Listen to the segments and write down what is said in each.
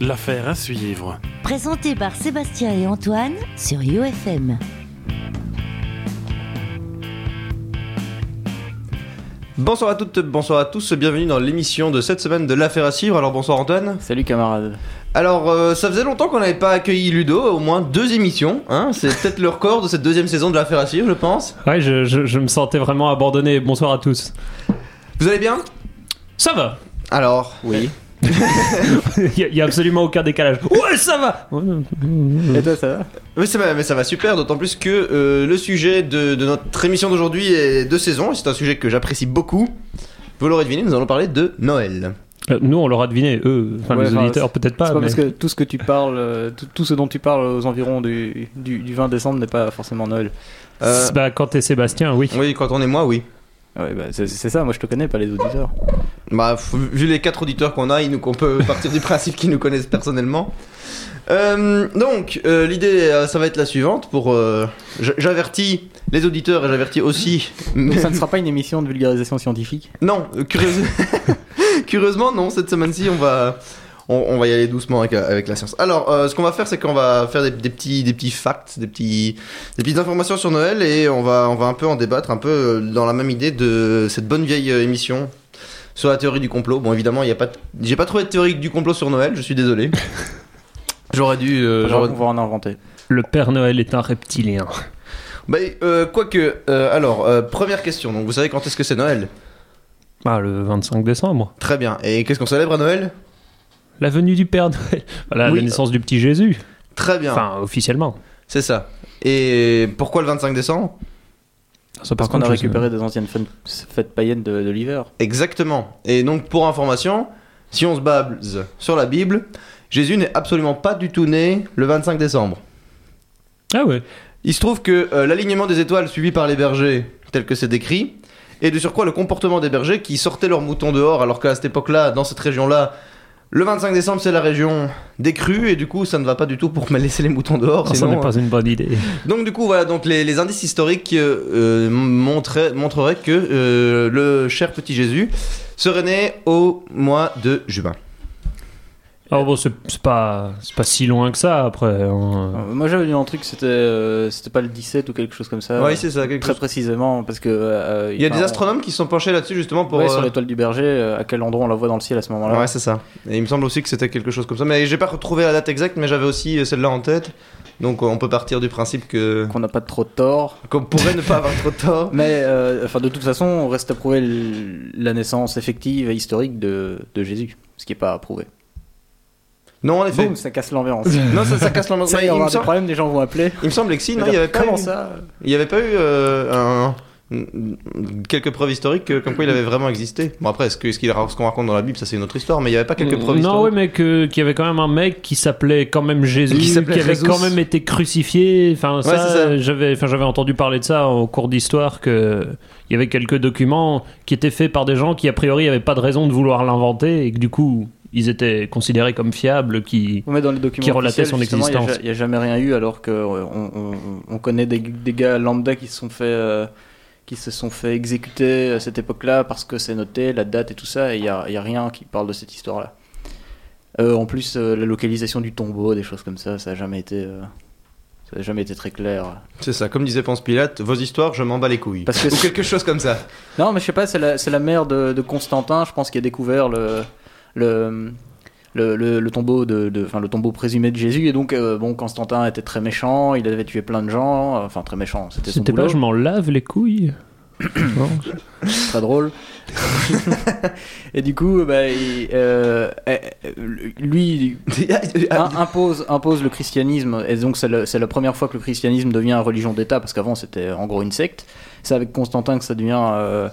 L'affaire à suivre. Présenté par Sébastien et Antoine sur UFM. Bonsoir à toutes, bonsoir à tous, bienvenue dans l'émission de cette semaine de l'affaire à suivre. Alors bonsoir Antoine. Salut camarade. Alors euh, ça faisait longtemps qu'on n'avait pas accueilli Ludo, au moins deux émissions. Hein C'est peut-être le record de cette deuxième saison de l'affaire à suivre, je pense. Ouais, je, je- je me sentais vraiment abandonné. Bonsoir à tous. Vous allez bien Ça va Alors, Oui. Il y a- il y a, absolument aucun décalage. Ouais, ça va Euh, Ouais, non, Et toi ça va mais, c'est- mais ça va super, d'autant plus que euh, le sujet de, de notre émission d'aujourd'hui est de saison, et c'est un sujet que j'apprécie beaucoup. Vous l'aurez deviné, nous allons parler de Noël. euh, Nous, on l'aura deviné, eux, enfin Ouais, les enfin, auditeurs, peut-être Ah, C'est pas pas. mais... parce que tout ce que tu parles, euh, tout, tout ce dont tu parles aux environs du, du, du 20 décembre n'est pas forcément Noël. Euh, Bah, quand t'es Sébastien, oui. oui, quand on est moi, oui. Ouais, bah, c'est c'est ça, moi je te connais, pas les auditeurs. Bah, f- vu les quatre auditeurs qu'on a, ils nous, on peut partir du principe qu'ils nous connaissent personnellement. Euh, donc, euh, l'idée, euh, ça va être la suivante. Pour, euh, j- j'avertis les auditeurs et j'avertis aussi. Donc ça ne sera pas une émission de vulgarisation scientifique. Non, euh, curieuse- curieusement, non. Cette semaine-ci, on va, on, on va y aller doucement avec, euh, avec la science. Alors, euh, ce qu'on va faire, c'est qu'on va faire des, des petits, des petits facts, des petits, des petites informations sur Noël et on va, on va un peu en débattre, un peu euh, dans la même idée de cette bonne vieille euh, émission sur la théorie du complot. Bon, évidemment, il y a pas, de- j'ai pas trouvé de théorie du complot sur Noël. Je suis désolé. J'aurais dû. euh, Genre, j'aurais- on va en inventer. Le Père Noël est un reptilien. Bah, euh, quoique. euh, alors, euh, première question. Donc, vous savez quand est-ce que c'est Noël Ah, le 25 décembre. Très bien. Et qu'est-ce qu'on célèbre à Noël La venue du Père Noël. Voilà, Oui. la naissance du petit Jésus. Très bien. Enfin, officiellement. C'est ça. Et pourquoi le 25 décembre Ça, Parce qu'on a je- récupéré des anciennes fêtes, fêtes païennes de, de l'hiver. Exactement. Et donc, pour information, si on se base sur la Bible, Jésus n'est absolument pas du tout né le 25 décembre. Ah ouais. Il se trouve que euh, l'alignement des étoiles suivi par les bergers, tel que c'est décrit, et de surcroît le comportement des bergers qui sortaient leurs moutons dehors, alors qu'à cette époque-là, dans cette région-là, le 25 décembre c'est la région des crues, et du coup ça ne va pas du tout pour laisser les moutons dehors. Ah, Ça sinon, n'est euh, pas une bonne idée. Donc du coup voilà donc les, les indices historiques euh, euh, montraient- montreraient que euh, le cher petit Jésus serait né au mois de juin. Alors Ah, bon, c'est c'est pas, c'est pas si loin que ça, après. hein. Euh, Moi j'avais lu un truc, c'était euh, c'était pas le 17 ou quelque chose comme ça. oui c'est ça. Euh, Très précisément, parce que. euh, Il y a des enfin, astronomes qui se sont penchés là-dessus justement pour. ouais, euh, sur l'étoile du berger, euh, à quel endroit on la voit dans le ciel à ce moment-là Ouais c'est ça. Et il me semble aussi que c'était quelque chose comme ça. Mais j'ai pas retrouvé la date exacte mais j'avais aussi euh, celle-là en tête. Donc on peut partir du principe que Qu'on n'a pas trop de tort. qu'on pourrait ne pas avoir trop tort. Mais euh, enfin, de toute façon, on reste à prouver l- la naissance effective et historique de, de Jésus, ce qui n'est pas à prouver. Non en effet. Boum, ça casse l'ambiance. Non ça, ça casse l'ambiance. ça, Mais il y Il, aura me des semble- problèmes, des gens vont appeler. il me semblait que si non il y Dire, avait pas. Comment eu- ça Il n'y avait pas eu euh, un- un- quelques preuves historiques euh, comme quoi il avait vraiment existé. Bon après, est-ce que- est-ce qu'il ce qu'on raconte dans la Bible, ça c'est une autre histoire, mais il n'y avait pas Mm. quelques preuves Non, oui, historiques. mais que- qu'il y avait quand même un mec qui s'appelait quand même Jésus, Qui qui, s'appelait avait Jesus. quand même été crucifié. Enfin, ça, c'est ça. euh, j'avais, enfin, j'avais entendu parler de ça au cours d'histoire que il y avait quelques documents qui étaient faits par des gens qui a priori n'avaient pas de raison de vouloir l'inventer et que du coup ils étaient considérés comme fiables. Qui On met dans les documents Qui relatait officiels, son justement, il y a existence. ja- Il n'y a, jamais rien eu, alors qu'on on, on- on connaît des, des gars lambda qui se sont fait... euh, qui se sont fait exécuter à cette époque-là parce que c'est noté, la date et tout ça, et il n'y a, il y a rien qui parle de cette histoire-là. Euh, en plus, euh, la localisation du tombeau, des choses comme ça, ça n'a jamais été... euh, ça a jamais été très clair. C'est ça, comme disait Ponce Pilate, vos histoires, je m'en bats les couilles. Parce que Ou quelque chose comme ça. Non, mais je sais pas, c'est la, c'est la mère de, de Constantin, je pense, qui a découvert le, le, le, le- le tombeau de, de- enfin, le tombeau présumé de Jésus. Et donc, euh, bon, Constantin était très méchant, il avait tué plein de gens, enfin, très méchant, c'était son c'était pas, boulot, je m'en lave les couilles. Non. très drôle. et du coup, euh, bah, il, euh, euh, lui, il Ah, im- impose, impose le christianisme, et donc c'est le- c'est la première fois que le christianisme devient une religion d'État, parce qu'avant c'était en gros une secte. C'est avec Constantin que ça devient, euh,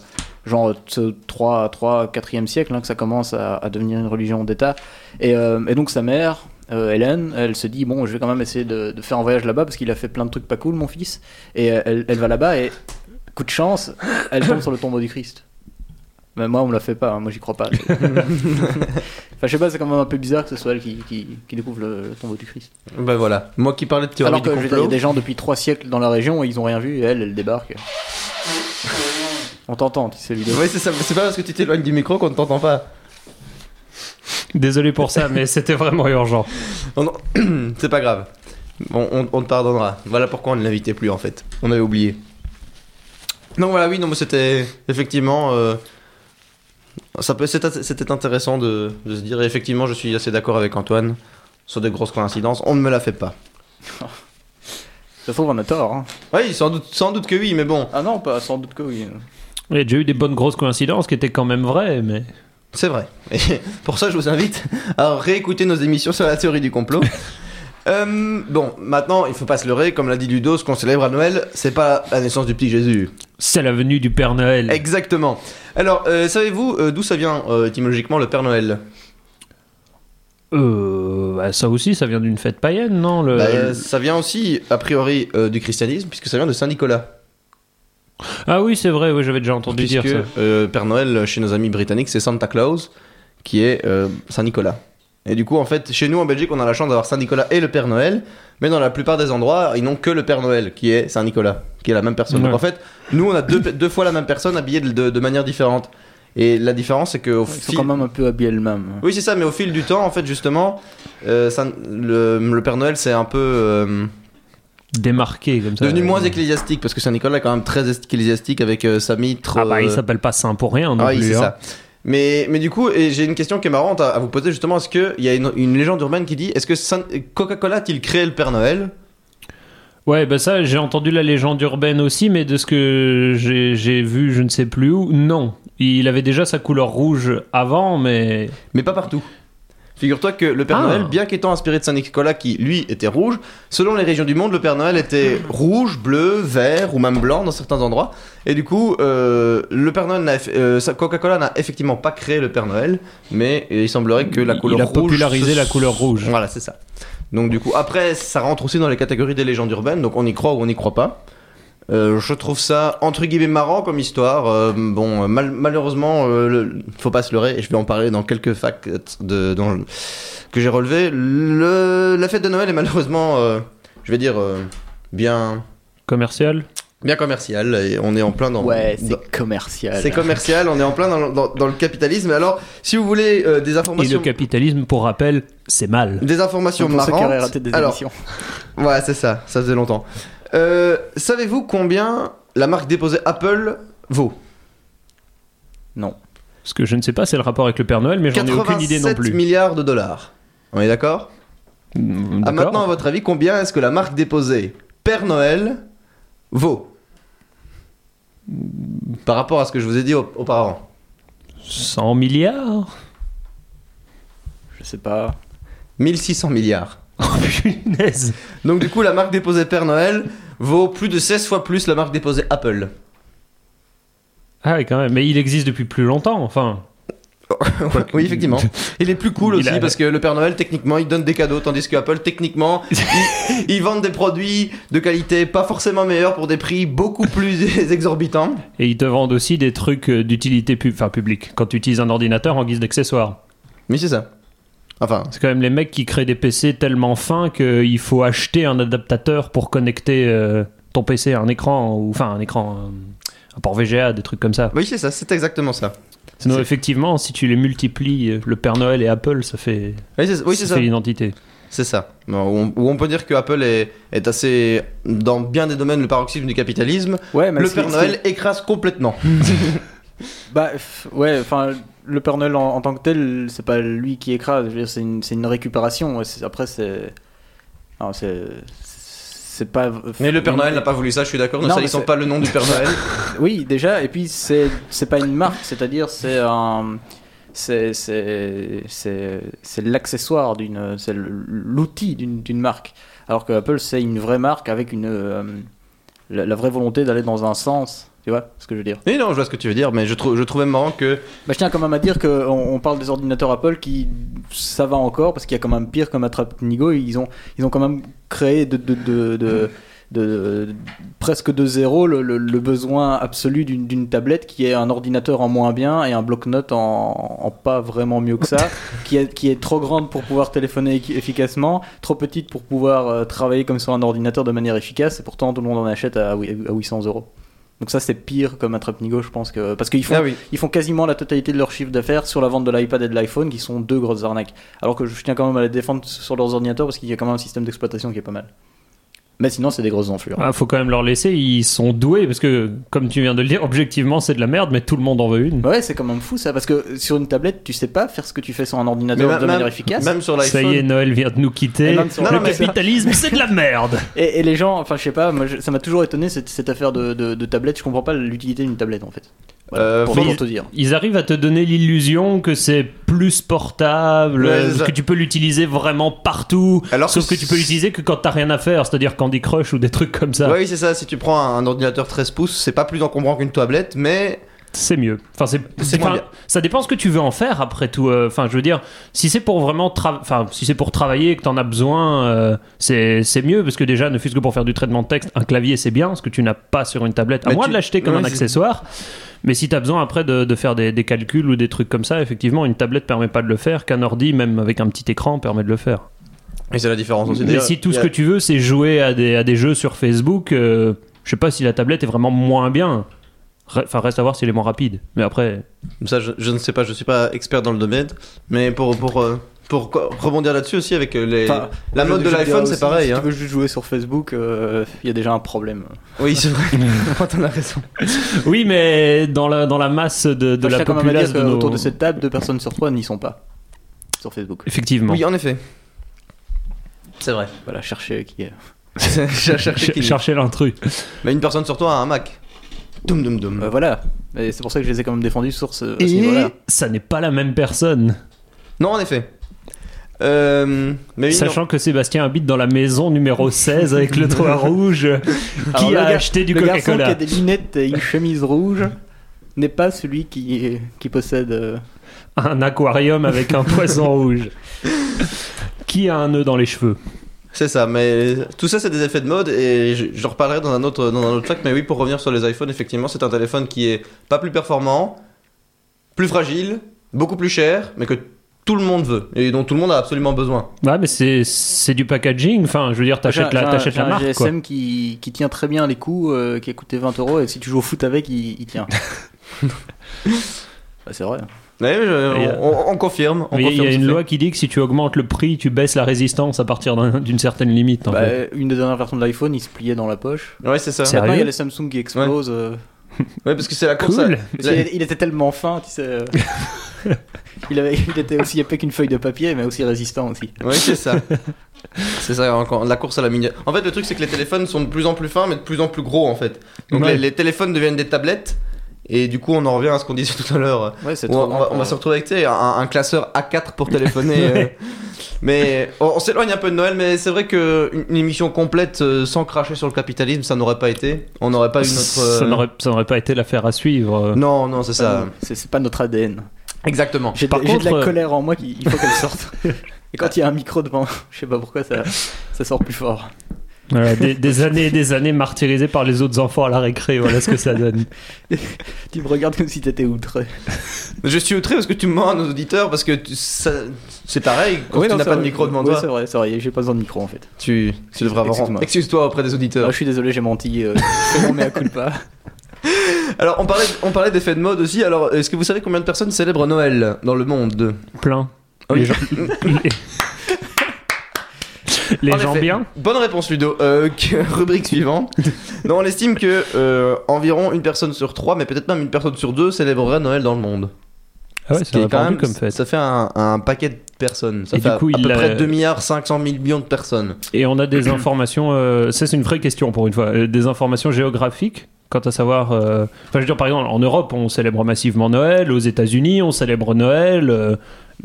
genre, ce 3, 3, 4e siècle, hein, que ça commence à, à devenir une religion d'État. Et, euh, et donc sa mère, euh, Hélène, elle se dit, bon, je vais quand même essayer de, de faire un voyage là-bas, parce qu'il a fait plein de trucs pas cool, mon fils. Et euh, elle, elle va là-bas, et coup de chance, elle tombe sur le tombeau du Christ. Mais moi, on me la fait pas, hein, moi j'y crois pas. Enfin, je sais pas, c'est quand même un peu bizarre que ce soit elle qui, qui, qui découvre le, le tombeau du Christ. bah voilà, moi qui parlais de théorie Alors que du je veux dire, il y complot. a des gens depuis trois siècles dans la région et ils ont rien vu et elle, elle débarque. On t'entend, tu sais, Ludo. Ouais, c'est ça, c'est pas parce que tu t'éloignes du micro qu'on ne t'entend pas. Désolé pour ça, mais c'était vraiment urgent. Oh non, C'est pas grave. Bon, on, on te pardonnera. Voilà pourquoi on ne l'invitait plus en fait. On avait oublié. Donc voilà, oui, non, mais c'était effectivement. euh, ça peut, c'était, c'était intéressant de, de se dire. Effectivement, je suis assez d'accord avec Antoine sur des grosses coïncidences. On ne me la fait pas. Ça se trouve, on a tort. hein. Oui, sans doute, sans doute que oui, mais bon, Ah non, pas, sans doute que oui. Il y a déjà eu des bonnes grosses coïncidences qui étaient quand même vraies, mais. c'est vrai. Et pour ça, je vous invite à réécouter nos émissions sur la théorie du complot. Euh, bon, maintenant, il faut pas se leurrer. Comme l'a dit Ludo, ce qu'on célèbre à Noël, c'est pas la naissance du petit Jésus. C'est la venue du Père Noël. Exactement. Alors, euh, savez-vous euh, d'où ça vient euh, étymologiquement le Père Noël Euh, bah, ça aussi, ça vient d'une fête païenne, non le... Bah, euh, Ça vient aussi, a priori, euh, du christianisme, puisque ça vient de Saint Nicolas. Ah oui, c'est vrai, oui, j'avais déjà entendu Puisque dire ça. euh, Père Noël, euh, chez nos amis britanniques, c'est Santa Claus, qui est euh, Saint Nicolas. Et du coup, en fait, chez nous en Belgique, on a la chance d'avoir Saint Nicolas et le Père Noël, mais dans la plupart des endroits, ils n'ont que le Père Noël, qui est Saint Nicolas, qui est la même personne. Donc Ouais. en fait, nous, on a deux, deux fois la même personne habillée de, de- de manière différente. Et la différence, c'est que au Ils sont fil- quand même un peu habillés eux-mêmes. Oui, c'est ça, mais au fil du temps, en fait, justement, euh, ça- le, le Père Noël, c'est un peu euh, Démarqué comme ça. devenu Euh, moins ecclésiastique, parce que Saint-Nicolas est quand même très ecclésiastique avec euh, sa mitre. Ah bah, il euh, s'appelle pas Saint pour rien non ah oui, plus. c'est hein. ça. Mais, mais du coup, et j'ai une question qui est marrante à, à vous poser, justement, est-ce qu'il y a une, une légende urbaine qui dit, est-ce que Saint- Coca-Cola a-t-il créé le Père Noël Ouais, bah ça, j'ai entendu la légende urbaine aussi, mais de ce que j'ai j'ai vu, je ne sais plus où, non. Il avait déjà sa couleur rouge avant, mais. Mais pas partout. Figure-toi que le Père Ah. Noël, bien qu'étant inspiré de Saint-Nicolas, qui lui était rouge, selon les régions du monde, le Père Noël était rouge, bleu, vert ou même blanc dans certains endroits. Et du coup, euh, le Père Noël n'a eff- euh, sa- Coca-Cola n'a effectivement pas créé le Père Noël, mais il semblerait que la Il- couleur il a rouge. popularisé se- la couleur rouge. Voilà, c'est ça. Donc du coup, après, ça rentre aussi dans les catégories des légendes urbaines, donc on y croit ou on n'y croit pas. Euh, je trouve ça entre guillemets marrant comme histoire. Euh, bon, euh, mal- malheureusement, euh, le- faut pas se leurrer. Et je vais en parler dans quelques facts de, dans le- que j'ai relevés. Le- La fête de Noël est malheureusement, euh, je vais dire, euh, bien, Commercial bien commerciale. Et on est en plein dans. Ouais, dans- Bah, c'est commercial. c'est commercial. On est en plein dans, le- dans- dans le capitalisme. Et Alors, si vous voulez euh, des Et le informations, capitalisme, pour rappel, c'est mal. des informations C'est pour ceux qui auraient marrantes. raté des alors, émissions. Ouais, c'est ça, ça faisait longtemps. Euh, Savez-vous combien la marque déposée Apple vaut Non. Ce que je ne sais pas, c'est le rapport avec le Père Noël, mais j'en ai aucune idée non 87 plus. milliards de dollars. On est d'accord Mm, Ah, d'accord. Maintenant, à votre avis, combien est-ce que la marque déposée Père Noël vaut Par rapport à ce que je vous ai dit au- auparavant. 100 milliards Je sais pas. 1600 milliards. Oh punaise Donc du coup, la marque déposée Père Noël vaut plus de 16 fois plus la marque déposée Apple. Ah ouais, quand même, mais il existe depuis plus longtemps, enfin. oui, effectivement. Il est plus cool Il aussi a- parce que le Père Noël, techniquement, il donne des cadeaux, tandis que Apple, techniquement, ils, ils vendent des produits de qualité pas forcément meilleurs pour des prix beaucoup plus exorbitants. Et ils te vendent aussi des trucs euh, d'utilité pub... enfin, publique, quand tu utilises un ordinateur en guise d'accessoire. Mais c'est ça. Enfin, C'est quand même les mecs qui créent des PC tellement fins qu'il faut acheter un adaptateur pour connecter euh, ton PC à un écran, ou enfin un écran, un- un port VGA, des trucs comme ça. oui, c'est ça, c'est exactement ça. Sinon, C'est- effectivement, si tu les multiplies, euh, le Père Noël et Apple, ça fait, Oui, c'est oui, c'est ça ça. fait l'identité. C'est ça. Bon, Ou on, ou on peut dire que Apple est, est assez, dans bien des domaines, le paroxysme du capitalisme. Ouais, mais le ce Père qui- Noël écrase complètement. Bah f- ouais, enfin le Père Noël en, en tant que tel, c'est pas lui qui écrase, je veux dire, c'est une, c'est une récupération. ouais, c'est- après c'est, non, c'est, c'est pas. Mais le Père Noël n'a pas voulu ça, je suis d'accord. Ne Non, mais salissons c'est- pas le nom du Père Noël. Oui, déjà, et puis c'est, c'est pas une marque, c'est-à-dire c'est un, c'est, c'est, c'est, c'est l'accessoire d'une, c'est le- l'outil d'une, d'une marque. Alors que Apple c'est une vraie marque avec une, euh, la, la vraie volonté d'aller dans un sens. Tu vois ce que je veux dire Oui, non, je vois ce que tu veux dire, mais je, trou- je trouvais marrant que Bah, je tiens quand même à dire qu'on on parle des ordinateurs Apple qui ça va encore parce qu'il y a quand même pire comme attrape Nigo. Ils ont ils ont quand même créé de de, de, de- de- de- presque de zéro le, le- le besoin absolu d'une d'une tablette qui est un ordinateur en moins bien et un bloc-notes en, en pas vraiment mieux que ça, qui est qui est trop grande pour pouvoir téléphoner effi- efficacement, trop petite pour pouvoir euh, travailler comme sur un ordinateur de manière efficace. Et pourtant tout le monde en achète à, huit- à 800 euros. Donc ça c'est pire comme attrape-nigo je pense que parce qu'ils font Ah oui. ils font quasiment la totalité de leur chiffre d'affaires sur la vente de l'iPad et de l'iPhone, qui sont deux grosses arnaques. Alors que je tiens quand même à les défendre sur leurs ordinateurs parce qu'il y a quand même un système d'exploitation qui est pas mal. Mais sinon, c'est des grosses enflures. Ah, faut quand même leur laisser, ils sont doués parce que, comme tu viens de le dire, objectivement c'est de la merde, mais tout le monde en veut une. Ouais, c'est quand même fou ça, parce que sur une tablette, tu sais pas faire ce que tu fais sur un ordinateur Mais de même- manière efficace. Même sur Ça l'iPhone. y est, Noël vient de nous quitter. Et même sur- le Non, mais ça- capitalisme, c'est de la merde. Et, et les gens, enfin, je sais pas, moi, je- ça m'a toujours étonné cette, cette affaire de, de, de tablette. Je comprends pas l'utilité d'une tablette en fait. Voilà, Euh, pour faut- vraiment te dire. Ils arrivent à te donner l'illusion que c'est plus portable, Ouais, c'est euh, ça. que tu peux l'utiliser vraiment partout, Alors sauf que, tu peux l'utiliser que quand t'as rien à faire, c'est-à-dire Candy Crush ou des trucs comme ça. Ouais, Oui, c'est ça. Si tu prends un, un ordinateur 13 pouces, c'est pas plus encombrant qu'une tablette, mais C'est mieux. Enfin, c'est, C'est moins enfin, bien. ça dépend ce que tu veux en faire après tout. euh, Enfin, je veux dire, si c'est pour vraiment, tra- enfin, si c'est pour travailler et que t'en as besoin, euh, c'est, c'est mieux parce que déjà, ne fût-ce que pour faire du traitement de texte, un clavier c'est bien, ce que tu n'as pas sur une tablette. À Mais moins tu- de l'acheter comme Ouais, un c'est- accessoire. Mais si t'as besoin après de, de faire des, des calculs ou des trucs comme ça, effectivement, une tablette permet pas de le faire, qu'un ordi, même avec un petit écran, permet de le faire. et c'est la différence aussi. Mais si tout ce que tu veux, c'est jouer à des, à des jeux sur Facebook, euh, je sais pas si la tablette est vraiment moins bien. Re- Enfin, reste à voir si elle est moins rapide. Mais après, ça, je, je ne sais pas. Je suis pas expert dans le domaine, mais pour pour euh, pour co- rebondir là-dessus aussi avec euh, les Enfin, la mode de Je veux dire l'iPhone, c'est aussi, pareil. Si hein. tu veux juste jouer sur Facebook, euh, il y a déjà un problème. Oui, c'est vrai. T'en as raison. Oui, mais dans la, dans la masse de, Moi, de je la tiens quand même à population. dire que autour de cette table, deux personnes sur trois n'y sont pas sur Facebook. Effectivement. Oui, en effet. C'est vrai. Voilà, cherchez qui est. J'ai cherché Ch- qui- chercher l'intrus. Mais une personne sur toi a un Mac. Doum doum doum. Euh, voilà. Et c'est pour ça que je les ai quand même défendus sur ce, à ce Et niveau-là. ça n'est pas la même personne. Non, en effet. Euh, mais oui, Sachant que Sébastien habite dans la maison numéro 16 avec le toit rouge, Alors, qui le a gar- acheté du le garçon qui a Coca-Cola. des lunettes et une chemise rouge n'est pas celui qui, est- qui possède. euh, Un aquarium avec un poisson rouge. Qui a un nœud dans les cheveux C'est ça, mais tout ça c'est des effets de mode et je, je reparlerai dans un autre dans un autre fact. Mais oui, pour revenir sur les iPhones, effectivement, c'est un téléphone qui est pas plus performant, plus fragile, beaucoup plus cher, mais que tout le monde veut et dont tout le monde a absolument besoin. Ouais, mais c'est- c'est du packaging. Enfin, je veux dire, t'achètes j'ai un- la, j'ai un- t'achètes j'ai la un marque. quoi. GSM qui, qui tient très bien les coups, euh, qui a coûté 20 euros, et si tu joues au foot avec, il, il tient. Bah, c'est vrai. Ouais, je- Et, euh, on, on confirme. on Mais il y a- il y a confirme une ce loi qui dit que si tu augmentes le prix, tu baisses la résistance à partir d'un- d'une certaine limite. en Bah, fait. Une des dernières versions de l'iPhone, il se pliait dans la poche. fait. Ouais, c'est ça. C'est- Sérieux Maintenant, il y a les Samsung qui explosent. euh, Ouais, parce que c'est la course. à- Cool. parce qu'il est- Il était tellement fin, tu sais. euh, il, avait- il était aussi épais qu'une feuille de papier, mais aussi résistant aussi. Oui, c'est ça. c'est ça, encore, la course à la miniature. En fait, le truc, c'est que les téléphones sont de plus en plus fins, mais de plus en plus gros, en fait. Donc, Ouais. les, les téléphones deviennent des tablettes, et du coup, on en revient à ce qu'on disait tout à l'heure. Ouais, c'est On, on va, on euh, va se retrouver avec tu sais, un, un classeur A4 pour téléphoner. euh. Mais on, on s'éloigne un peu de Noël, mais c'est vrai qu'une une émission complète euh, sans cracher sur le capitalisme, ça n'aurait pas été. On n'aurait pas eu notre. euh, Ça n'aurait- ça n'aurait pas été Ah l'affaire à suivre. euh. Non, non, c'est ça. C'est c'est pas notre ADN. Exactement. J'ai Par de, j'ai de la contre, euh, colère en moi qui, il faut qu'elle sorte. Et quand il y a un micro devant, je sais pas pourquoi ça, ça sort plus fort. Voilà, Euh, des, des années et des années martyrisées par les autres enfants à la récré, voilà ce que ça donne. Tu me regardes comme si t'étais outré. Je suis outré parce que tu mens à nos auditeurs, parce que tu- ça- c'est pareil, quand tu n'as pas de micro devant Ouais, toi, c'est vrai, c'est vrai, j'ai pas besoin de micro en fait. tu, tu devrais avoir. Excuse-moi. Excuse-toi auprès des auditeurs. Ah, je suis désolé, j'ai menti. euh, c'est mon mea culpa. Alors, on parlait, on parlait d'effet de mode aussi. Alors, est-ce que vous savez combien de personnes célèbrent Noël dans le monde Plein. Oui. Les gens, les, les En gens effet. bien Bonne réponse, Ludo. Euh, que- rubrique suivante. non, on estime que euh, environ une personne sur trois, mais peut-être même une personne sur deux, célébrerait Noël dans le monde. Ah ouais, Ce qui c'est est quand répandu même- comme fait. Ça fait un, un paquet de personnes. Ça Et fait du coup, à, il peu a- près 2 milliards 500 millions de personnes. Et on a des informations, euh, ça c'est une vraie question pour une fois, euh, des informations géographiques quant à savoir, euh, enfin je veux dire par exemple en Europe on célèbre massivement Noël, aux États-Unis on célèbre Noël, euh,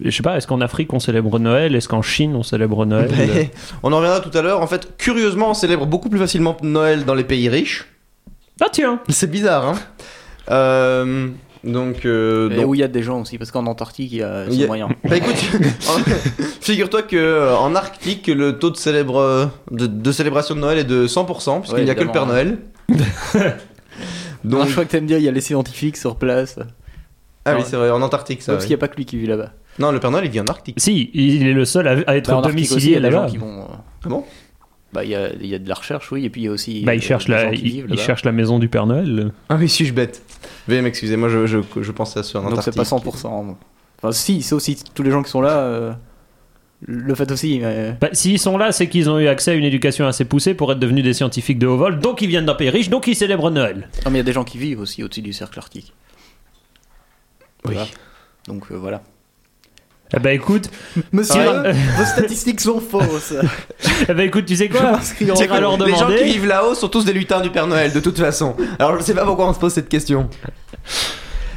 je sais pas, est-ce qu'en Afrique on célèbre Noël, est-ce qu'en Chine on célèbre Noël Euh, Mais on en reviendra tout à l'heure. En fait, curieusement, on célèbre beaucoup plus facilement Noël dans les pays riches. Ah tiens C'est bizarre, hein Euh, Donc, euh, Et donc- où il y a des gens aussi, parce qu'en Antarctique, il y a Il y ce a- moyen. Bah écoute, en- figure-toi que euh, en Arctique, le taux de, célèbre, euh, de, de célébration de Noël est de 100%, puisqu'il Ouais, n'y a que le Père évidemment. hein. Noël. Donc... Donc, Ah, je crois que t'aimes dire, il y a les scientifiques sur place. Ouais, ah oui, c'est vrai, en Antarctique, ça. parce oui. qu'il n'y a pas que lui qui vit là-bas. Non, le Père Noël, il vit en Arctique. Si, il est le seul à, à être Bah, en Arctique aussi, il y domicilié a des gens là-bas. qui vont. euh, Ah bon Bah, il y a, il y a de la recherche, oui, et puis il y a aussi. Bah, euh, ils cherchent des gens la, qui ils, vivent ils là-bas. cherchent la maison du Père Noël. Ah oui, suis-je bête Veuillez m'excuser, moi je, je, je pensais à ce en Donc c'est pas Antarctique. 100%. Enfin, si, c'est aussi tous les gens qui sont là. euh, le fait aussi. euh, mais- Bah, S'ils sont là, c'est qu'ils ont eu accès à une éducation assez poussée pour être devenus des scientifiques de haut vol, donc ils viennent d'un pays riche, donc ils célèbrent Noël. Non, mais il y a des gens qui vivent aussi au-dessus du cercle arctique. Oui. Voilà. Donc euh, voilà. Eh bah écoute, Monsieur, Ouais. vos statistiques sont fausses. eh bah, écoute tu sais quoi m'inscris en Tu sais C'est quoi, quoi, leur les gens demander- qui vivent là-haut sont tous des lutins du Père Noël, de toute façon. Alors je sais pas pourquoi on se pose cette question.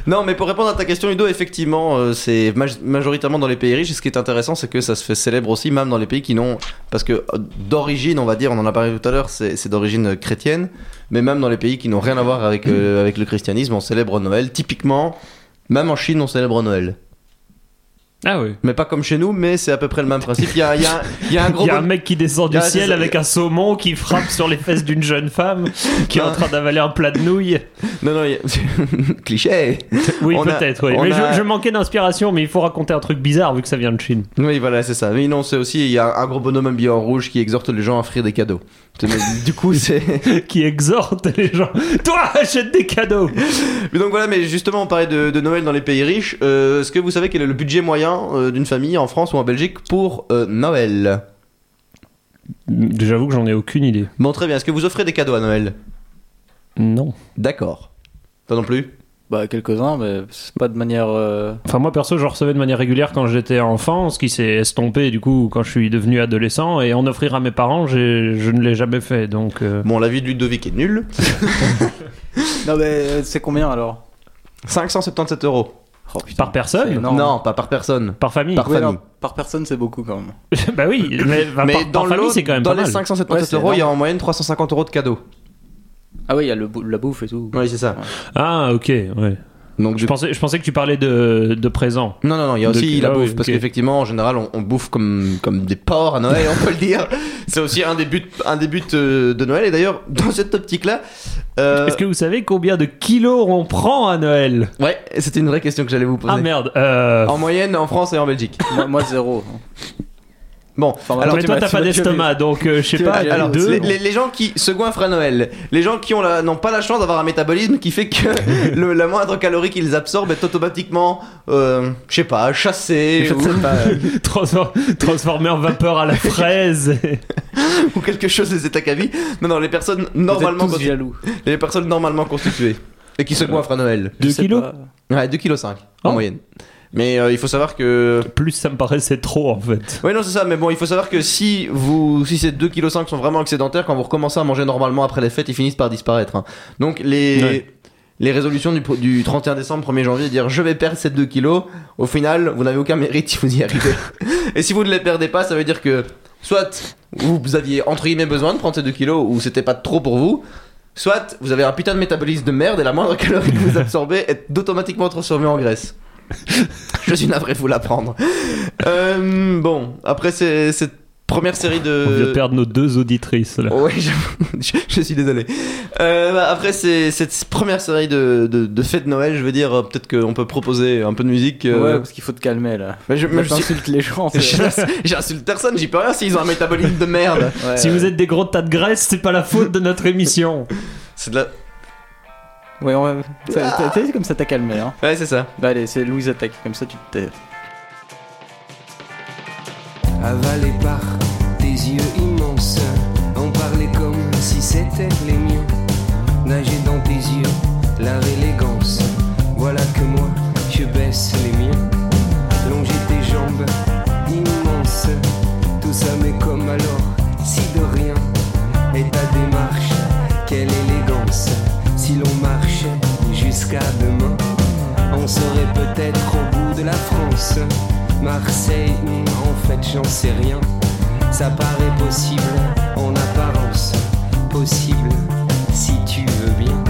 Non, mais pour répondre à ta question, Udo, effectivement, euh, c'est maj- majoritairement dans les pays riches. Et ce qui est intéressant, c'est que ça se fait célèbre aussi, même dans les pays qui n'ont. Parce que euh, d'origine, on va dire, on en a parlé tout à l'heure, c'est c'est d'origine euh, chrétienne. Mais même dans les pays qui n'ont rien à voir avec, Mm. euh, avec le christianisme, on célèbre Noël. Typiquement, même en Chine, on célèbre Noël. Ah oui. Mais pas comme chez nous, mais c'est à peu près le même principe. Il y a, il y a- il y a un gros. Il y a un bon- mec qui descend du Ah, c'est ciel ça. avec un saumon qui frappe sur les fesses d'une jeune femme qui est en Non. train d'avaler un plat de nouilles. Non, non, il y a- cliché. Oui, On a- peut-être. oui. on Mais a- je, je manquais d'inspiration, mais il faut raconter un truc bizarre vu que ça vient de Chine. Oui, voilà, c'est ça. Mais non, c'est aussi, il y a un gros bonhomme habillé en rouge qui exhorte les gens à offrir des cadeaux. Mais du coup, c'est. Qui exhorte les gens Toi, achète des cadeaux Mais donc voilà, mais justement, on parlait de, de Noël dans les pays riches. Euh, Est-ce que vous savez quel est le budget moyen euh, d'une famille en France ou en Belgique pour euh, Noël J'avoue que j'en ai aucune idée. Bon, très bien. Est-ce que vous offrez des cadeaux à Noël Non. D'accord. Toi non plus Bah, quelques-uns, mais c'est pas de manière. euh, Enfin, moi perso, je recevais de manière régulière quand j'étais enfant, ce qui s'est estompé du coup quand je suis devenu adolescent. Et en offrir à mes parents, j'ai- je ne l'ai jamais fait. Donc, euh, Bon, l'avis de Ludovic est nul. Non, mais euh, c'est combien alors 577 euros. Oh, putain. par personne C'est énorme. Non. pas par personne. Par famille Par Ouais, famille. non, par personne, c'est beaucoup quand même. Bah oui, mais, enfin, mais par, dans, par famille, l'autre- c'est quand même dans pas les mal. 577 Ouais, c'est euros, il y a en moyenne 350 euros de cadeaux. Ah, ouais, il y a le bou- la bouffe et tout. Oui, c'est ça. Ah, ok, ouais. Donc, Je du pensais, je pensais que tu parlais de, de présent. Non, non, non, il y a De- aussi la ah bouffe, oui, parce ok. qu'effectivement, en général, on, on bouffe comme, comme des porcs à Noël, on peut le dire. C'est aussi un des buts, un des buts euh, de Noël, et d'ailleurs, dans cette optique-là. euh, Est-ce que vous savez combien de kilos on prend à Noël Ouais, c'était une vraie question que j'allais vous Oh, poser. Ah merde. euh, En moyenne, en France et en Belgique. moi, moi, zéro. Bon, Enfin, alors mais tu toi, m'as- t'as tu pas m'as- tu m'as- d'estomac, donc euh, je sais tu pas. m'as- les alors, deux, les, les- les gens qui se goinfrent à Noël, les gens qui ont la- n'ont pas la chance d'avoir un métabolisme qui fait que le, la moindre calorie qu'ils absorbent est automatiquement, euh, je sais pas, chassée Je ou, sais pas, euh, transfor- transformé en vapeur à la fraise. ou quelque chose les attaque à vie. Non, non, les personnes normalement Normalement, tous constituées- jaloux. Et les personnes normalement constituées. Et qui se coiffrent à Noël. Je 2 sais kilos pas. Ouais, 2,5 kg Oh. en moyenne. Mais euh, il faut savoir que. Plus ça me paraissait trop en fait. Oui, non, c'est ça, mais bon, il faut savoir que si vous, si ces 2,5 kg sont vraiment excédentaires, quand vous recommencez à manger normalement après les fêtes, ils finissent par disparaître. hein. Donc les. Ouais. Les résolutions du, pro- du 31 décembre, 1er janvier, dire je vais perdre ces 2 kilos, au final, vous n'avez aucun mérite si vous y arrivez. Et si vous ne les perdez pas, ça veut dire que soit vous aviez entre guillemets besoin de prendre ces 2 kilos ou c'était pas trop pour vous, soit vous avez un putain de métabolisme de merde et la moindre calorie que vous absorbez est automatiquement transformée en graisse. Je suis navré de vous l'apprendre. Euh, bon, après c'est- cette première série de. On vient de perdre nos deux auditrices là. Euh, Ouais, je, je- je suis désolé. Euh, bah, après c'est cette première série de, de, de fêtes de Noël, je veux dire, euh, peut-être qu'on peut proposer un peu de musique. Ouais, euh, parce qu'il faut te calmer là. mais je- mais je suis- J'insulte les gens. c'est- J'ins- J'insulte personne, j'y peux rien s'ils ont un métabolisme de merde. Ouais, Si ouais. vous êtes des gros tas de graisse, c'est pas la faute de notre émission. C'est de la... Ouais, ouais. Ah. Ça- t'as- t'as- comme ça, t'as calmé. Hein. Ouais, c'est ça. Bah, allez, c'est Louise attaque. Comme ça, tu te tais. avalé par tes yeux immenses. On parlait comme si c'était les miens. Nager dans tes yeux, lave l'élégance. Voilà que moi, je baisse les miens. Longer tes jambes immenses. Tout ça m'est comme alors, si de rien. Et ta démarche, quelle élégance. Si l'on marche jusqu'à demain, on serait peut-être au bout de la France. Marseille, hum, en fait, j'en sais rien. Ça paraît possible en apparence. Possible si tu veux bien.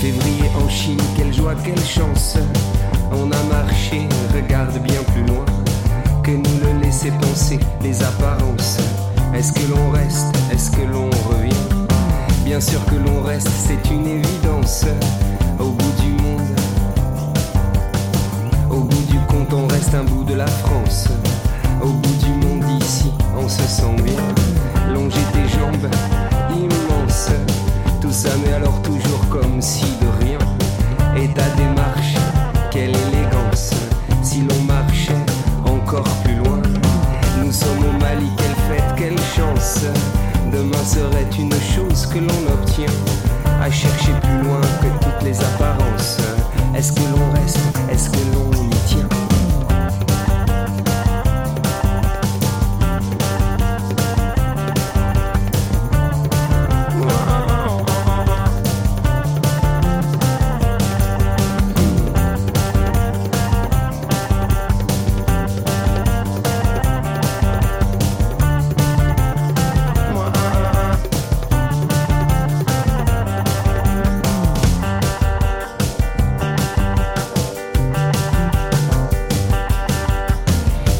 février en quelle chance. On a marché, regarde bien plus loin que nous le laisser penser les apparences. Est-ce que l'on reste Est-ce que l'on revient Bien sûr que l'on reste, c'est une évidence. Au bout du monde, au bout du compte, on reste un bout de la France. Au bout du monde, ici, on se sent bien. Longer tes jambes, immense. Tout ça, mais alors toujours comme si de rien. Et ta démarche, quelle élégance. Si l'on marchait encore plus loin, nous sommes au Mali, quelle fête, quelle chance. Demain serait une chose que l'on obtient. À chercher plus loin que toutes les apparences. Est-ce que l'on reste Est-ce que l'on y tient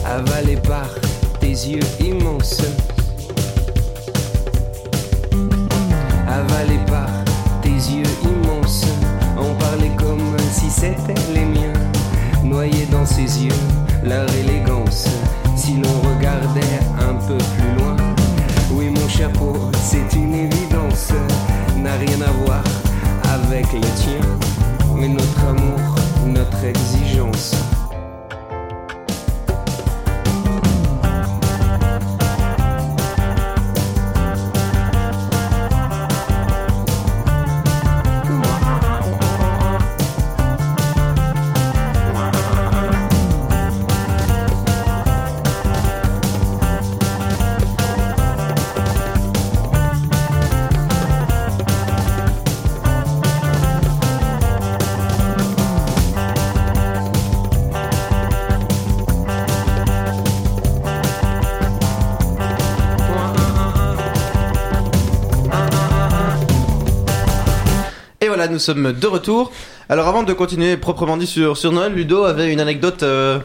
avalé par tes yeux immenses. Avalé par tes yeux immenses, on parlait comme si c'était les miens. Noyé dans ses yeux, leur élégance, si l'on regardait un peu plus loin. Oui, mon chapeau, c'est une évidence, n'a rien à voir avec le tien. Mais notre amour, notre exigence, Et voilà, nous sommes de retour. Alors avant de continuer proprement dit sur, sur Noël, Ludo avait une anecdote euh,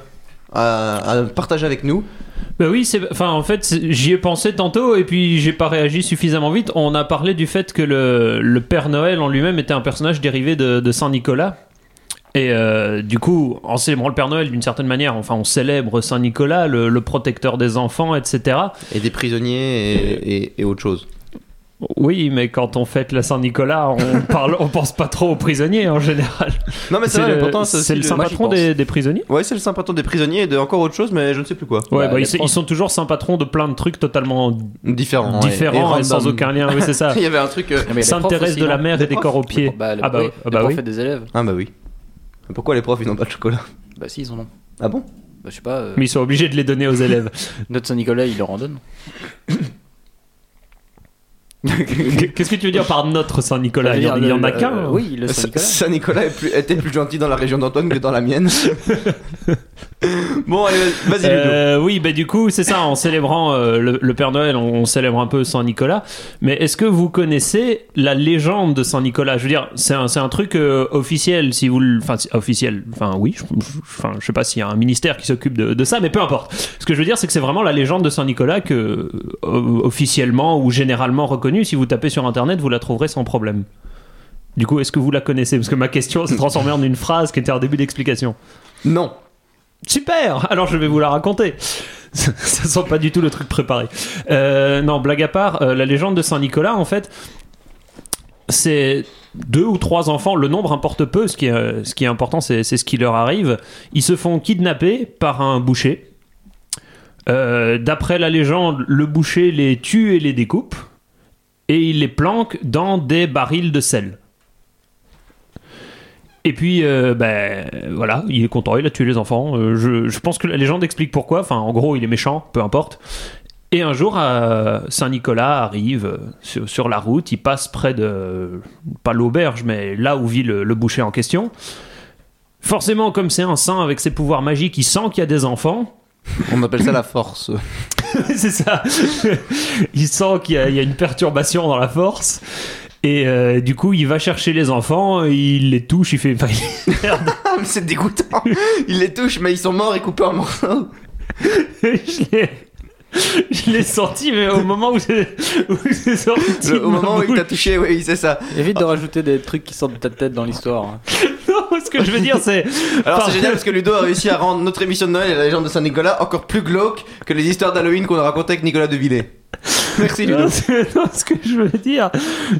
à, à partager avec nous. Bah oui, c'est enfin en fait c'est- j'y ai pensé tantôt et puis j'ai pas réagi suffisamment vite. On a parlé du fait que le, le Père Noël en lui-même était un personnage dérivé de, de Saint Nicolas. Et euh, du coup, en célébrant le Père Noël d'une certaine manière, enfin on célèbre Saint Nicolas, le, le protecteur des enfants, etc. Et des prisonniers et, et- et autre chose. Oui, mais quand on fête la Saint Nicolas, on parle, on pense pas trop aux prisonniers en général. Non mais c'est vrai, mais pourtant c'est aussi le saint moi, j'y patron pense. des, des prisonniers. Ouais, c'est le saint patron des prisonniers et de encore autre chose, mais je ne sais plus quoi. Ouais, Bah, bah, les ils, Français- ils sont toujours saint patron de plein de trucs totalement Différent. ouais. différents et, random. sans aucun lien. Oui, c'est ça. Il y avait un truc. euh, Mais les Sainte profs Thérèse aussi, de la non mer Des et des profs corps aux pieds. Bah, les- ah bah, oui, ah bah les oui. profs et des élèves. Ah bah oui. Mais Pourquoi les profs ils n'ont pas de chocolat Bah si, ils en ont. Ah bon Bah, je sais pas, euh, Mais ils sont obligés de les donner aux élèves. notre Saint-Nicolas, il leur en donne. Qu'est-ce que tu veux dire par notre Saint-Nicolas Il y en- il y en a qu'un. hein. Euh, oui, le Saint-Nicolas. Saint Nicolas est plus- était plus gentil dans la région d'Antoine que dans la mienne. bon, allez, vas-y Ludo. Euh, oui, bah du coup, c'est ça, en célébrant euh, le, le Père Noël, on, on célèbre un peu Saint-Nicolas. Mais est-ce que vous connaissez la légende de Saint-Nicolas Je veux dire, c'est un, c'est un truc euh, officiel, si vous le. Enfin, si- officiel, enfin oui, je, je- enfin, je sais pas s'il y a un ministère qui s'occupe de, de ça, mais peu importe. Ce que je veux dire, c'est que c'est vraiment la légende de Saint-Nicolas que, euh, officiellement ou généralement reconnue, si vous tapez sur internet, vous la trouverez sans problème. Du coup, est-ce que vous la connaissez Parce que ma question s'est transformée en une phrase qui était un début d'explication. Non. Super Alors je vais vous la raconter. Ça sent pas du tout le truc préparé. Euh, non, blague à part, euh, la légende de Saint-Nicolas, en fait, c'est deux ou trois enfants, le nombre importe peu, ce qui est, euh, ce qui est important, c'est c'est ce qui leur arrive. Ils se font kidnapper par un boucher. Euh, D'après la légende, le boucher les tue et les découpe, et il les planque dans des barils de sel. Et puis, euh, ben voilà, il est content, il a tué les enfants. Euh, je, je pense que la légende explique pourquoi. Enfin, en gros, il est méchant, peu importe. Et un jour, euh, Saint Nicolas arrive euh, sur, sur la route. Il passe près de, pas l'auberge, mais là où vit le, le boucher en question. Forcément, comme c'est un saint avec ses pouvoirs magiques, il sent qu'il y a des enfants. On appelle ça la force. c'est ça. il sent qu'il y, a- il y a une perturbation dans la force. Et euh, du coup, il va chercher les enfants, il les touche, il fait. enfin, Ah, mais c'est dégoûtant. Il les touche, mais ils sont morts et coupés en morceaux. je l'ai. Je l'ai senti, mais au moment où c'est où c'est sorti. de Au ma moment où il bouche. t'a touché, oui, c'est ça. Évite de rajouter des trucs qui sortent de ta tête dans l'histoire. hein. Non, ce que je veux dire, c'est. Alors Par- c'est génial parce que Ludo a réussi à rendre notre émission de Noël et la légende de Saint-Nicolas encore plus glauque que les histoires d'Halloween qu'on a racontées avec Nicolas Devillet. Merci Ludo. Non, c'est- non, ce que je veux dire,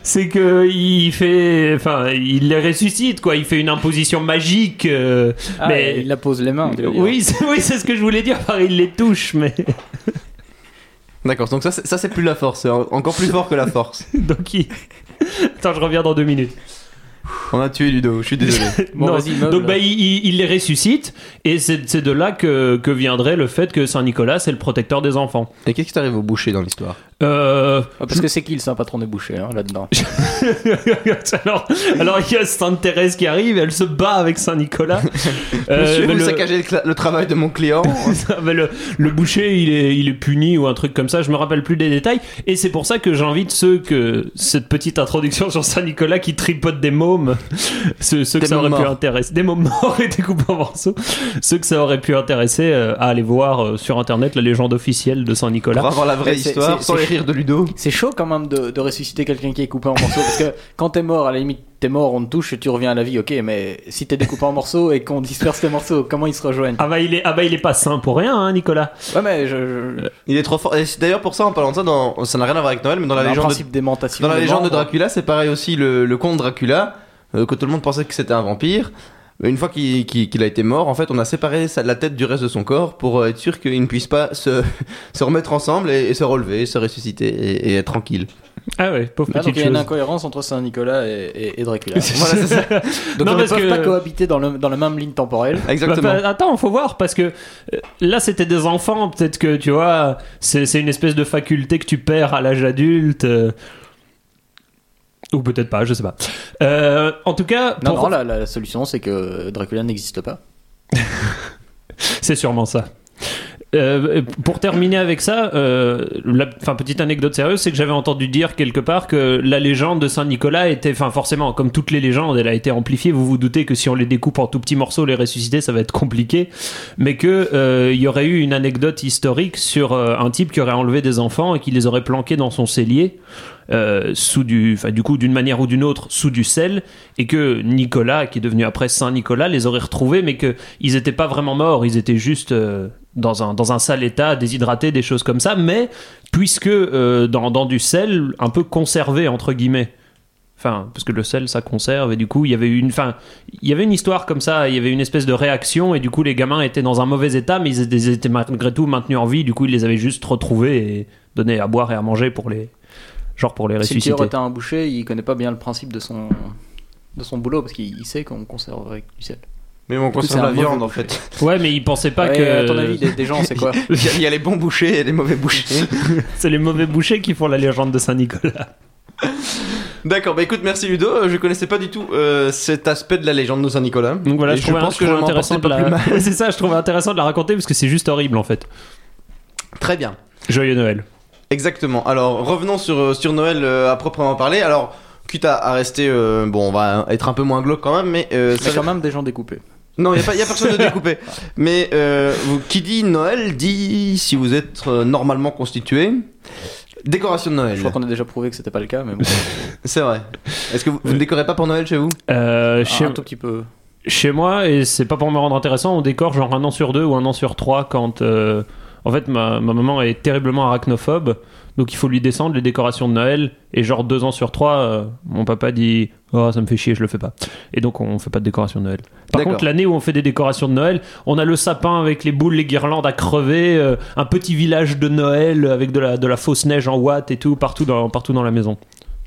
c'est que il fait, enfin, il les ressuscite, quoi. Il fait une imposition magique. euh, Ah, mais il la pose les mains. tu veux dire. oui, c'est- oui, c'est ce que je voulais dire. Par il les touche, mais D'accord, donc ça c'est- ça, c'est plus la force, c'est en- encore plus fort que la force. donc il. Attends, je reviens dans deux minutes. On a tué Ludo, je suis désolé. Bon, Non. vas-y, meuble. Donc bah, il, il- il les ressuscite et c'est c'est de là que, que viendrait le fait que Saint Nicolas c'est le protecteur des enfants. Et qu'est-ce qui t'arrive au boucher dans l'histoire Euh, Ah, parce que c'est qui le saint patron des bouchers hein, là-dedans alors, alors il y a Sainte Thérèse qui arrive, elle se bat avec Saint Nicolas. Euh, Monsieur, vous le- saccagez Euh, le, cla- le travail de mon client. Ça, mais le, le boucher, il est, il est puni ou un truc comme ça, je me rappelle plus des détails. Et c'est pour ça que j'invite ceux que cette petite introduction sur Saint-Nicolas qui tripote des mômes, ceux, ceux que Des ça aurait mômes pu morts. intéresser, des mômes morts et des coupes en morceaux, ceux que ça aurait pu intéresser euh, à aller voir euh, sur internet la légende officielle de Pour Saint-Nicolas. avoir la vraie C'est- c'est- histoire, c'est- sans les rires de Ludo. C'est chaud quand même de, de ressusciter quelqu'un qui est coupé en morceaux parce que quand t'es mort, à la limite, t'es mort, on te touche et tu reviens à la vie, ok, mais si t'es découpé en morceaux et qu'on disperse tes morceaux, comment ils se rejoignent Ah bah, il est, ah bah il est pas saint pour rien, hein, Nicolas. Ouais, mais je. je- Il est trop fort. Et c'est D'ailleurs pour ça, en parlant de ça, dans- ça n'a rien à voir avec Noël, mais dans la un légende de principe d'aimantation. Dans la des hein. légende de membres. Dracula, c'est pareil aussi. Le, le comte Dracula, euh, que tout le monde pensait que c'était un vampire, une fois qu'il qu'il- qu'il a été mort, en fait, on a séparé sa- la tête du reste de son corps pour euh, être sûr qu'il ne puisse pas se, se remettre ensemble et, et se relever, se ressusciter et, et être tranquille. Ah ouais, pauvre Ah, donc petite il y a une chose. incohérence entre Saint-Nicolas et, et- et Dracula. Voilà, c'est ça. Donc Non, on ne parce peuvent que- pas cohabiter dans, le- dans la même ligne temporelle. Exactement. Bah, bah, attends, faut voir parce que euh, là c'était des enfants, peut-être que tu vois, c'est c'est une espèce de faculté que tu perds à l'âge adulte. euh, Ou peut-être pas, je sais pas. Euh, en tout cas, Non, pour- non, la, la solution c'est que Dracula n'existe pas. c'est sûrement ça. Euh, pour terminer avec ça, euh, la, enfin, petite anecdote sérieuse, c'est que j'avais entendu dire quelque part que la légende de Saint-Nicolas était, enfin forcément, comme toutes les légendes, elle a été amplifiée. Vous vous doutez que si on les découpe en tout petits morceaux, les ressusciter, ça va être compliqué. Mais que euh, il y aurait eu une anecdote historique sur euh, un type qui aurait enlevé des enfants et qui les aurait planqués dans son cellier. euh, sous du, enfin, du coup, d'une manière ou d'une autre, sous du sel, et que Nicolas, qui est devenu après Saint Nicolas, les aurait retrouvés, mais que ils n'étaient pas vraiment morts, ils étaient juste euh, dans, un, dans un sale état, déshydratés, des choses comme ça, mais puisque euh, dans, dans du sel, un peu conservé, entre guillemets. Enfin, parce que le sel, ça conserve, et du coup, il y avait une, enfin, il y avait une histoire comme ça, il y avait une espèce de réaction, et du coup, les gamins étaient dans un mauvais état, mais ils étaient, ils étaient malgré tout maintenus en vie, du coup, ils les avaient juste retrouvés et donnés à boire et à manger pour les, genre pour les Si le ressusciter. tueur était un boucher, il connaît pas bien le principe de son, de son boulot parce qu'il il sait qu'on conserve avec du sel. Mais on c'est conserve un la mauvais viande en boucher. fait. Ouais, mais ils pensaient pas Ouais, que. À ton avis, des, des gens, c'est quoi Il y, a- il y a les bons bouchers et les mauvais bouchers. C'est les mauvais bouchers qui font la légende de Saint-Nicolas. D'accord, bah écoute, merci Ludo. Euh, Je connaissais pas du tout euh, cet aspect de la légende de Saint-Nicolas. Donc voilà, Et je, trouvais, pense je que je trouvais m'en intéressant portais de pas la... plus mal. Ouais, c'est ça, je trouvais intéressant de la raconter parce que c'est juste horrible en fait. Très bien. Joyeux Noël. Exactement. Alors revenons sur, euh, sur Noël euh, à proprement parler. Alors quitte à, à rester, euh, bon, on va être un peu moins glauque quand même, mais euh, C'est ça- quand même des gens découpés. non, il y a, pas- y a personne de découpé. Mais euh, vous- qui dit Noël dit si vous êtes euh, normalement constitué. Décoration de Je Noël. crois qu'on a déjà prouvé que c'était pas le cas, mais bon, C'est vrai. Est-ce que vous, vous ne décorez pas pour Noël chez vous Euh, chez, un tout petit peu. chez moi, et c'est pas pour me rendre intéressant, on décore genre un an sur deux ou un an sur trois quand. euh, En fait, ma, ma maman est terriblement arachnophobe, donc il faut lui descendre les décorations de Noël. Et genre deux ans sur trois, euh, mon papa dit Oh, ça me fait chier, je le fais pas. Et donc on fait pas de décoration de Noël. Par D'accord. contre, l'année où on fait des décorations de Noël, on a le sapin avec les boules, les guirlandes à crever, euh, un petit village de Noël avec de la, de la fausse neige en watts et tout, partout dans, partout dans la maison.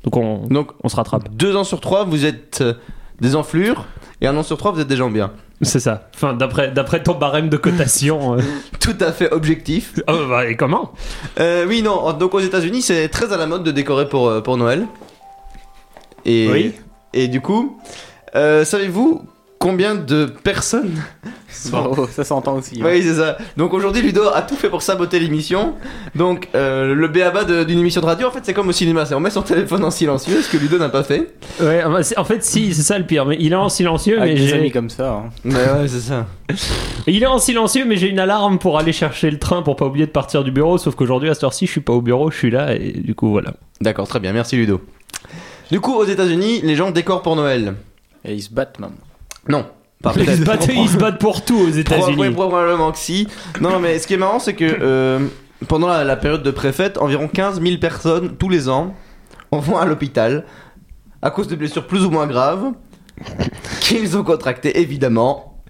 Donc on, Donc on se rattrape. deux ans sur trois, vous êtes euh, des enflures. Et un an sur trois, vous êtes des gens bien. C'est ça. Enfin, d'après d'après ton barème de cotation. euh. Tout à fait objectif. Oh, bah, et comment Euh, oui, non, en- donc aux États-Unis, c'est très à la mode de décorer pour, euh, pour Noël. Et, Oui. Et du coup, euh, savez-vous combien de personnes Bravo, ça s'entend aussi. hein. Oui, c'est ça. Donc aujourd'hui, Ludo a tout fait pour saboter l'émission. Donc euh, le béaba de- d'une émission de radio, en fait, c'est comme au cinéma. C'est on met son téléphone en silencieux, ce que Ludo n'a pas fait. Ouais, ah bah, c'est- en fait, si, c'est ça le pire. Mais il est en silencieux, mais Avec des j'ai- amis comme ça. hein. Mais ouais, c'est ça. il est en silencieux, mais j'ai une alarme pour aller chercher le train pour pas oublier de partir du bureau. Sauf qu'aujourd'hui, à cette heure-ci, je suis pas au bureau, je suis là et du coup voilà. D'accord, très bien, merci Ludo. Du coup, aux États-Unis, les gens décorent pour Noël. Et ils se battent même. Non, Ah, pas Ils se, battent, ils se battent pour tout aux Proba- États-Unis. ouais, probablement que si. Non, non, mais ce qui est marrant, c'est que euh, pendant la, la période de préfète, environ 15 000 personnes tous les ans en vont à l'hôpital à cause de blessures plus ou moins graves qu'ils ont contractées, évidemment,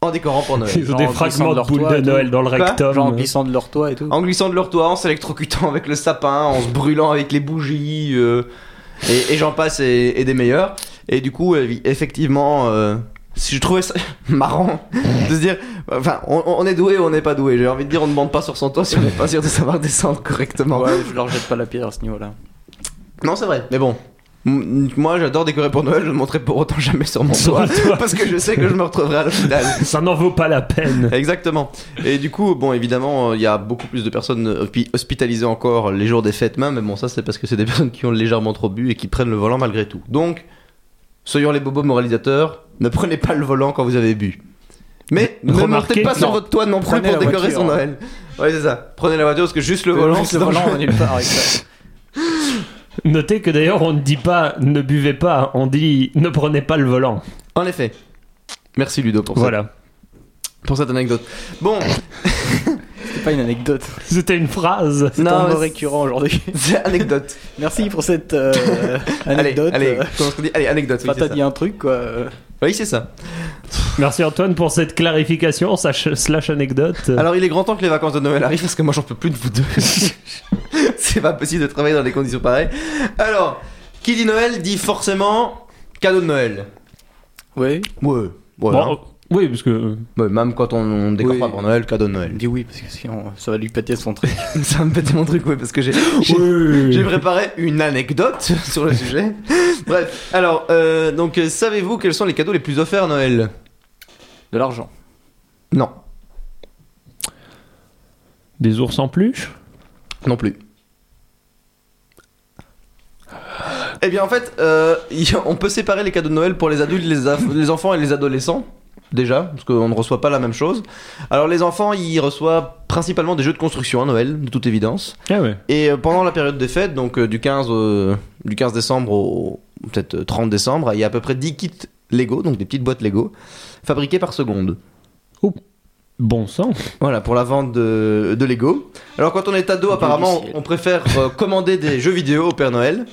en décorant pour Noël. Ils ont Genre des en fragments glissant de leur boules toit de et tout. Noël dans le Quoi rectum. Genre en glissant de leur toit et tout. En glissant de leur toit, en s'électrocutant avec le sapin, en se brûlant avec les bougies, euh, et, et j'en passe, et, et des meilleurs. Et du coup, euh, effectivement, euh, si je trouvais ça marrant de se dire, enfin, on, on est doué ou on n'est pas doué. J'ai envie de dire, on ne monte pas sur son toit si on n'est pas sûr de savoir descendre correctement. Ouais, je leur jette pas la pierre à ce niveau-là. Non, c'est vrai, mais bon. M- Moi, j'adore décorer pour Noël, je ne monterai pour autant jamais sur mon Sur toit, le toit. parce que je sais que je me retrouverai à l'hôpital. Ça n'en vaut pas la peine. Exactement. Et du coup, bon, évidemment, euh, il y a beaucoup plus de personnes euh, puis hospitalisées encore les jours des fêtes même, mais bon, ça c'est parce que c'est des personnes qui ont légèrement trop bu et qui prennent le volant malgré tout. Donc, soyons les bobos moralisateurs, ne prenez pas le volant quand vous avez bu. Mais ne Remarquez- montez pas sur non. votre toit non plus Prenez pour la décorer voiture. son hein. Noël. Ouais, c'est ça. Prenez la voiture parce que juste le volant, Juste c'est le volant, on va dangereux. nulle part avec ça. Notez que d'ailleurs, on ne dit pas ne buvez pas, on dit ne prenez pas le volant. En effet. Merci Ludo pour, Voilà. cette- pour cette anecdote. Bon, C'est pas une anecdote. C'était une phrase. C'est Non, un mot mais- récurrent aujourd'hui. c'est anecdote. Merci pour cette euh, anecdote. Allez, allez, Euh, comment est-ce qu'on dit Allez, anecdote. oui, enfin, c'est t'as ça. dit un truc quoi. euh, Oui, c'est ça. Merci Antoine pour cette clarification slash, slash anecdote. Alors il est grand temps que les vacances de Noël arrivent parce que moi j'en peux plus de vous deux. c'est pas possible de travailler dans des conditions pareilles. Alors, qui dit Noël dit forcément cadeau de Noël. Ouais. Oui. Bon, Voilà. euh, oui, parce que euh, Ouais, même quand on, on décore Oui. pas pour Noël, cadeau de Noël. Dis oui parce que sinon ça va lui péter son truc. Ça me pète mon truc, ouais, parce que j'ai j'ai- j'ai préparé une anecdote sur le sujet. Bref, alors, euh, donc euh, savez-vous quels sont les cadeaux les plus offerts à Noël De l'argent. Non, des ours en peluche. non plus. Eh bien, en fait, euh, y- on peut séparer les cadeaux de Noël pour les adultes, les, af- les enfants et les adolescents. Déjà, parce qu'on ne reçoit pas la même chose. Alors, les enfants, ils reçoivent principalement des jeux de construction à Noël, de toute évidence. Ah ouais. Et euh, pendant la période des fêtes, donc euh, du, 15, euh, du 15 décembre au au peut-être euh, 30 décembre, il y a à peu près 10 kits Lego, donc des petites boîtes Lego, fabriquées par seconde. Bon sang. Voilà, pour la vente de, de Lego. Alors quand on est ado, Dieu du apparemment, ciel. on préfère euh, commander des jeux vidéo au Père Noël.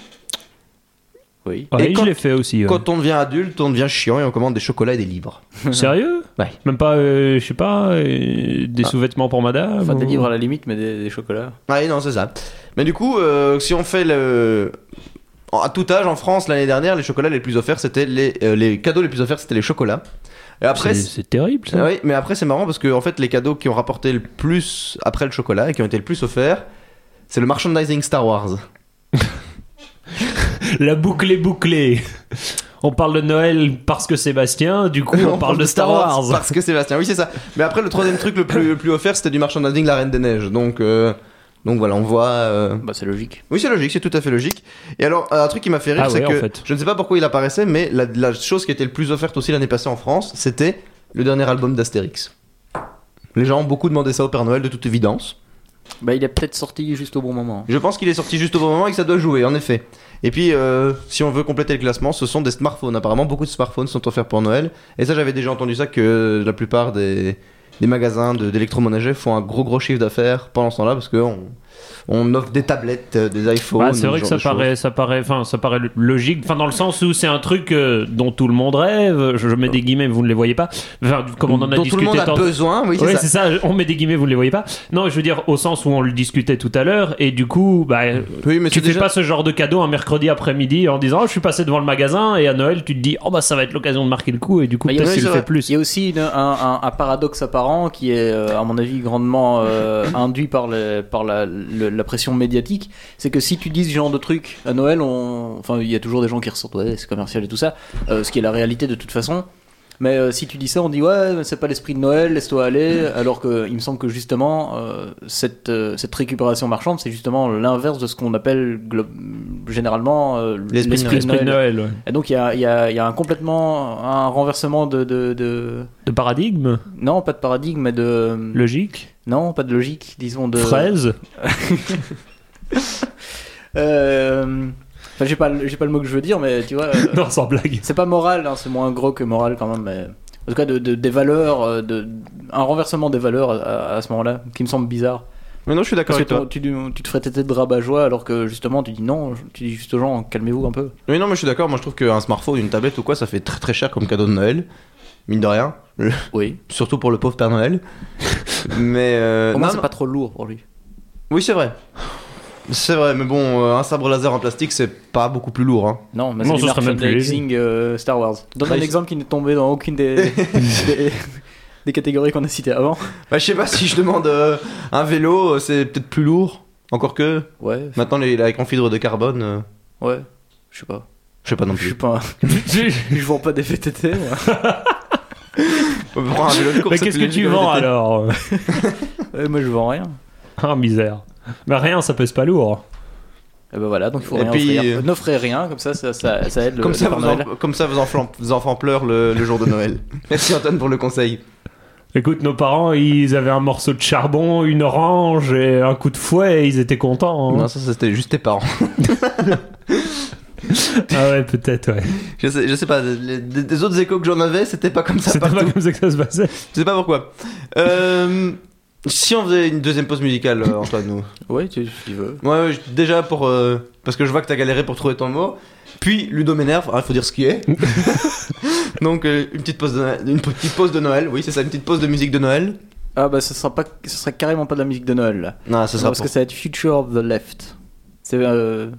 Oui. Ouais, Et je quand- l'ai Ah, fait hein. aussi. ouais. Quand on devient adulte, on devient chiant et on commande des chocolats et des livres. Sérieux Ouais. Ah. Même pas, euh, je sais pas, euh, des sous-vêtements pour madame Enfin des ou- livres à la limite mais des, des chocolats. Ouais, Ah, non, c'est ça. Mais du coup, euh, si on fait le... À tout âge, en France, l'année dernière, les chocolats les plus offerts, c'était les, euh, les cadeaux les plus offerts, c'était les chocolats. Et après, C'est c'est terrible ça. Ah oui, mais après c'est marrant parce que en fait les cadeaux qui ont rapporté le plus après le chocolat et qui ont été le plus offerts, c'est le merchandising Star Wars. La boucle est bouclée. On parle de Noël parce que Sébastien, du coup on, parle de Star Wars. parce que Sébastien, oui c'est ça. Mais après le troisième truc le plus, le plus offert c'était du merchandising La Reine des Neiges. Donc euh, donc voilà on voit. euh, Bah c'est logique. Oui c'est logique, c'est tout à fait logique. Et alors euh, un truc qui m'a fait rire Ah c'est ouais, que en fait. je ne sais pas pourquoi il apparaissait, mais la, la chose qui était le plus offerte aussi l'année passée en France, c'était le dernier album d'Astérix. Les gens ont beaucoup demandé ça au Père Noël de toute évidence. Bah il est peut-être sorti juste au bon moment. Je pense qu'il est sorti juste au bon moment et que ça doit jouer, en effet. Et puis, euh, si on veut compléter le classement, ce sont des smartphones. Apparemment, beaucoup de smartphones sont offerts pour Noël. Et ça, j'avais déjà entendu ça que la plupart des, des magasins de- d'électroménagers font un gros gros chiffre d'affaires pendant ce temps-là parce qu'on on offre des tablettes, euh, des iPhones. Ah, c'est ce vrai que genre ça de choses. paraît, ça paraît, enfin, ça paraît lo- logique, enfin dans le sens où c'est un truc euh, dont tout le monde rêve. Je, je mets des guillemets, vous ne les voyez pas. Enfin, comme on en a dont tout discuté le monde a tant- besoin, oui, c'est Ouais, ça. c'est ça. On met des guillemets, vous ne les voyez pas. Non, je veux dire au sens où on le discutait tout à l'heure, et du coup, bah, Oui, mais tu c'est fais déjà- pas ce genre de cadeau un mercredi après-midi en disant oh, je suis passé devant le magasin et à Noël tu te dis oh bah ça va être l'occasion de marquer le coup et du coup Bah, il y peut-être en a tu qui le sont- fais Il y plus. a aussi une- un, un- un paradoxe apparent qui est, euh, à mon avis, grandement euh, induit par, le- par la, le- la pression médiatique. C'est que si tu dis ce genre de truc à Noël, on... enfin, il y a toujours des gens qui ressortent, ouais, c'est commercial et tout ça, euh, ce qui est la réalité de toute façon. Mais euh, si tu dis ça, on dit ouais, mais c'est pas l'esprit de Noël, laisse-toi Mm. aller. Alors que il me semble que justement, euh, cette, euh, cette récupération marchande, c'est justement l'inverse de ce qu'on appelle glo- généralement euh, L'esprit de l'esprit de L'esprit de Noël. Noël, ouais. Et donc il y a, il y a- il y a un complètement un renversement de, de, de- de paradigme, non pas de paradigme mais de logique, non pas de logique disons de fraise. Euh, enfin, j'ai pas le- j'ai pas le mot que je veux dire mais tu vois euh, Non, sans blague. C'est pas moral, hein, c'est moins gros que moral quand même, mais en tout cas de, de- des valeurs, euh, de, un renversement des valeurs à, à ce moment-là, qui me semble bizarre. Mais non, je suis d'accord Parce que avec toi. ton- tu, tu te ferais têter de rabat-joie alors que justement tu dis non, je- tu dis juste aux gens calmez-vous un peu. Oui, non, mais je suis d'accord. Moi, je trouve qu'un smartphone, une tablette ou quoi, ça fait très très cher comme cadeau de Noël. Mine de rien. Oui. Surtout pour le pauvre Père Noël. mais. euh, Au moins non, c'est non. pas trop lourd pour lui. Oui, c'est vrai. C'est vrai, mais bon, euh, un sabre laser en plastique, c'est pas beaucoup plus lourd. Hein. Non, mais Non, c'est ce du serait même plus merchandising euh, Star Wars. Donne un Oui. exemple qui n'est tombé dans aucune des, des, des catégories qu'on a citées avant. Bah, je sais pas si je demande euh, un vélo, euh, c'est peut-être plus lourd. Encore que, Ouais, maintenant, les, avec en fibre de carbone, euh, ouais, je sais pas. je sais pas non Je suis plus. pas. Je vends pas des VTT. moi. On prend un vélo de course, Mais c'est qu'est-ce que plus tu léger vends VTT. alors Ouais, moi je vends rien. Ah, misère. Bah rien, ça pèse pas lourd. Et ben voilà, donc il faut Et rien puis, offrir. euh, N'offrez rien, comme ça, ça, ça, ça aide le, Comme le ça, Père vos, Noël. en- comme ça, vos enfants, vos enfants pleurent le, le jour de Noël. Merci Antoine pour le conseil. Écoute, nos parents, ils avaient un morceau de charbon, une orange et un coup de fouet, et ils étaient contents. hein. Non, ça, ça, c'était juste tes parents. Ah ouais, peut-être, ouais. Je sais, je sais pas, les- des, des autres échos que j'en avais, c'était pas comme ça C'était partout. pas comme ça que ça se passait. Je sais pas pourquoi. Euh, si on faisait une deuxième pause musicale, euh, Antoine, nous. Oui, tu, tu veux. Ouais, ouais, je- déjà pour. euh, parce que je vois que t'as galéré pour trouver ton mot. Puis Ludo m'énerve, il faut dire ce qui est. Donc euh, une, petite pause de Noël, une petite pause de Noël, oui, c'est ça, une petite pause de musique de Noël. Ah bah, ce sera, pas, ce sera carrément pas de la musique de Noël, là. Non, ce Non, sera parce pour... que ça va être Future of the Left. C'est... euh,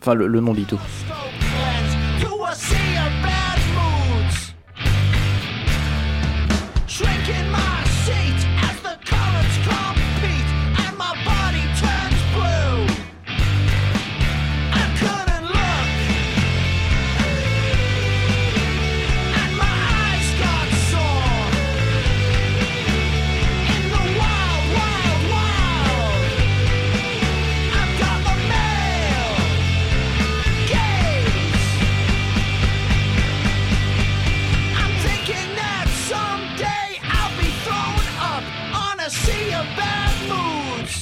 Enfin, le, le nom dit tout. Shrinking my seat as the colors compete and my body turns blue. I couldn't look, and my eyes got sore. In the wild, wild, wild, I've got the male gaze. I'm thinking that someday I'll be thrown up on a sea of bad moods.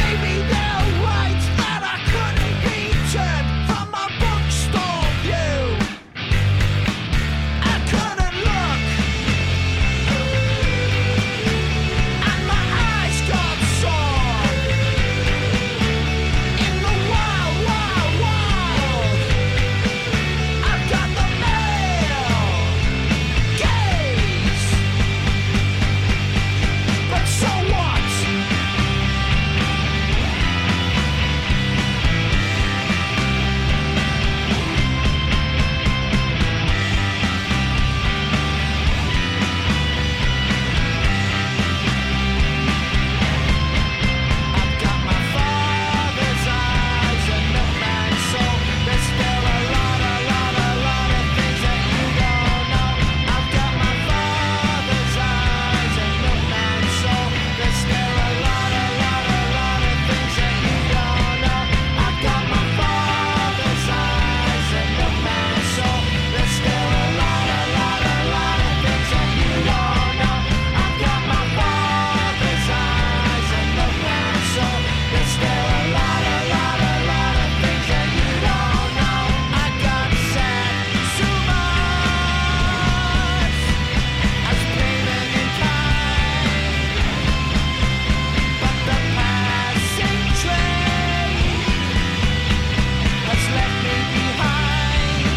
Maybe they'll write that I couldn't be turned from my bookstore view. I couldn't look, and my eyes got sore. In the wild, wild, wild. I've got the male gaze, but so what? I've got my father's eyes and no man's soul. There's still a lot, a lot, a lot of things that you don't know. I've got my father's eyes and no man's soul. There's still a lot, a lot, a lot of things that you don't know. I've got my father's eyes and no man's soul. There's still a lot, a lot, a lot of things that you don't know. I've got my father's eyes and no man's soul. There's still a lot, a lot, a lot of things that you don't know. I got sad too much. I was payment in kind, but the passing train has left me behind.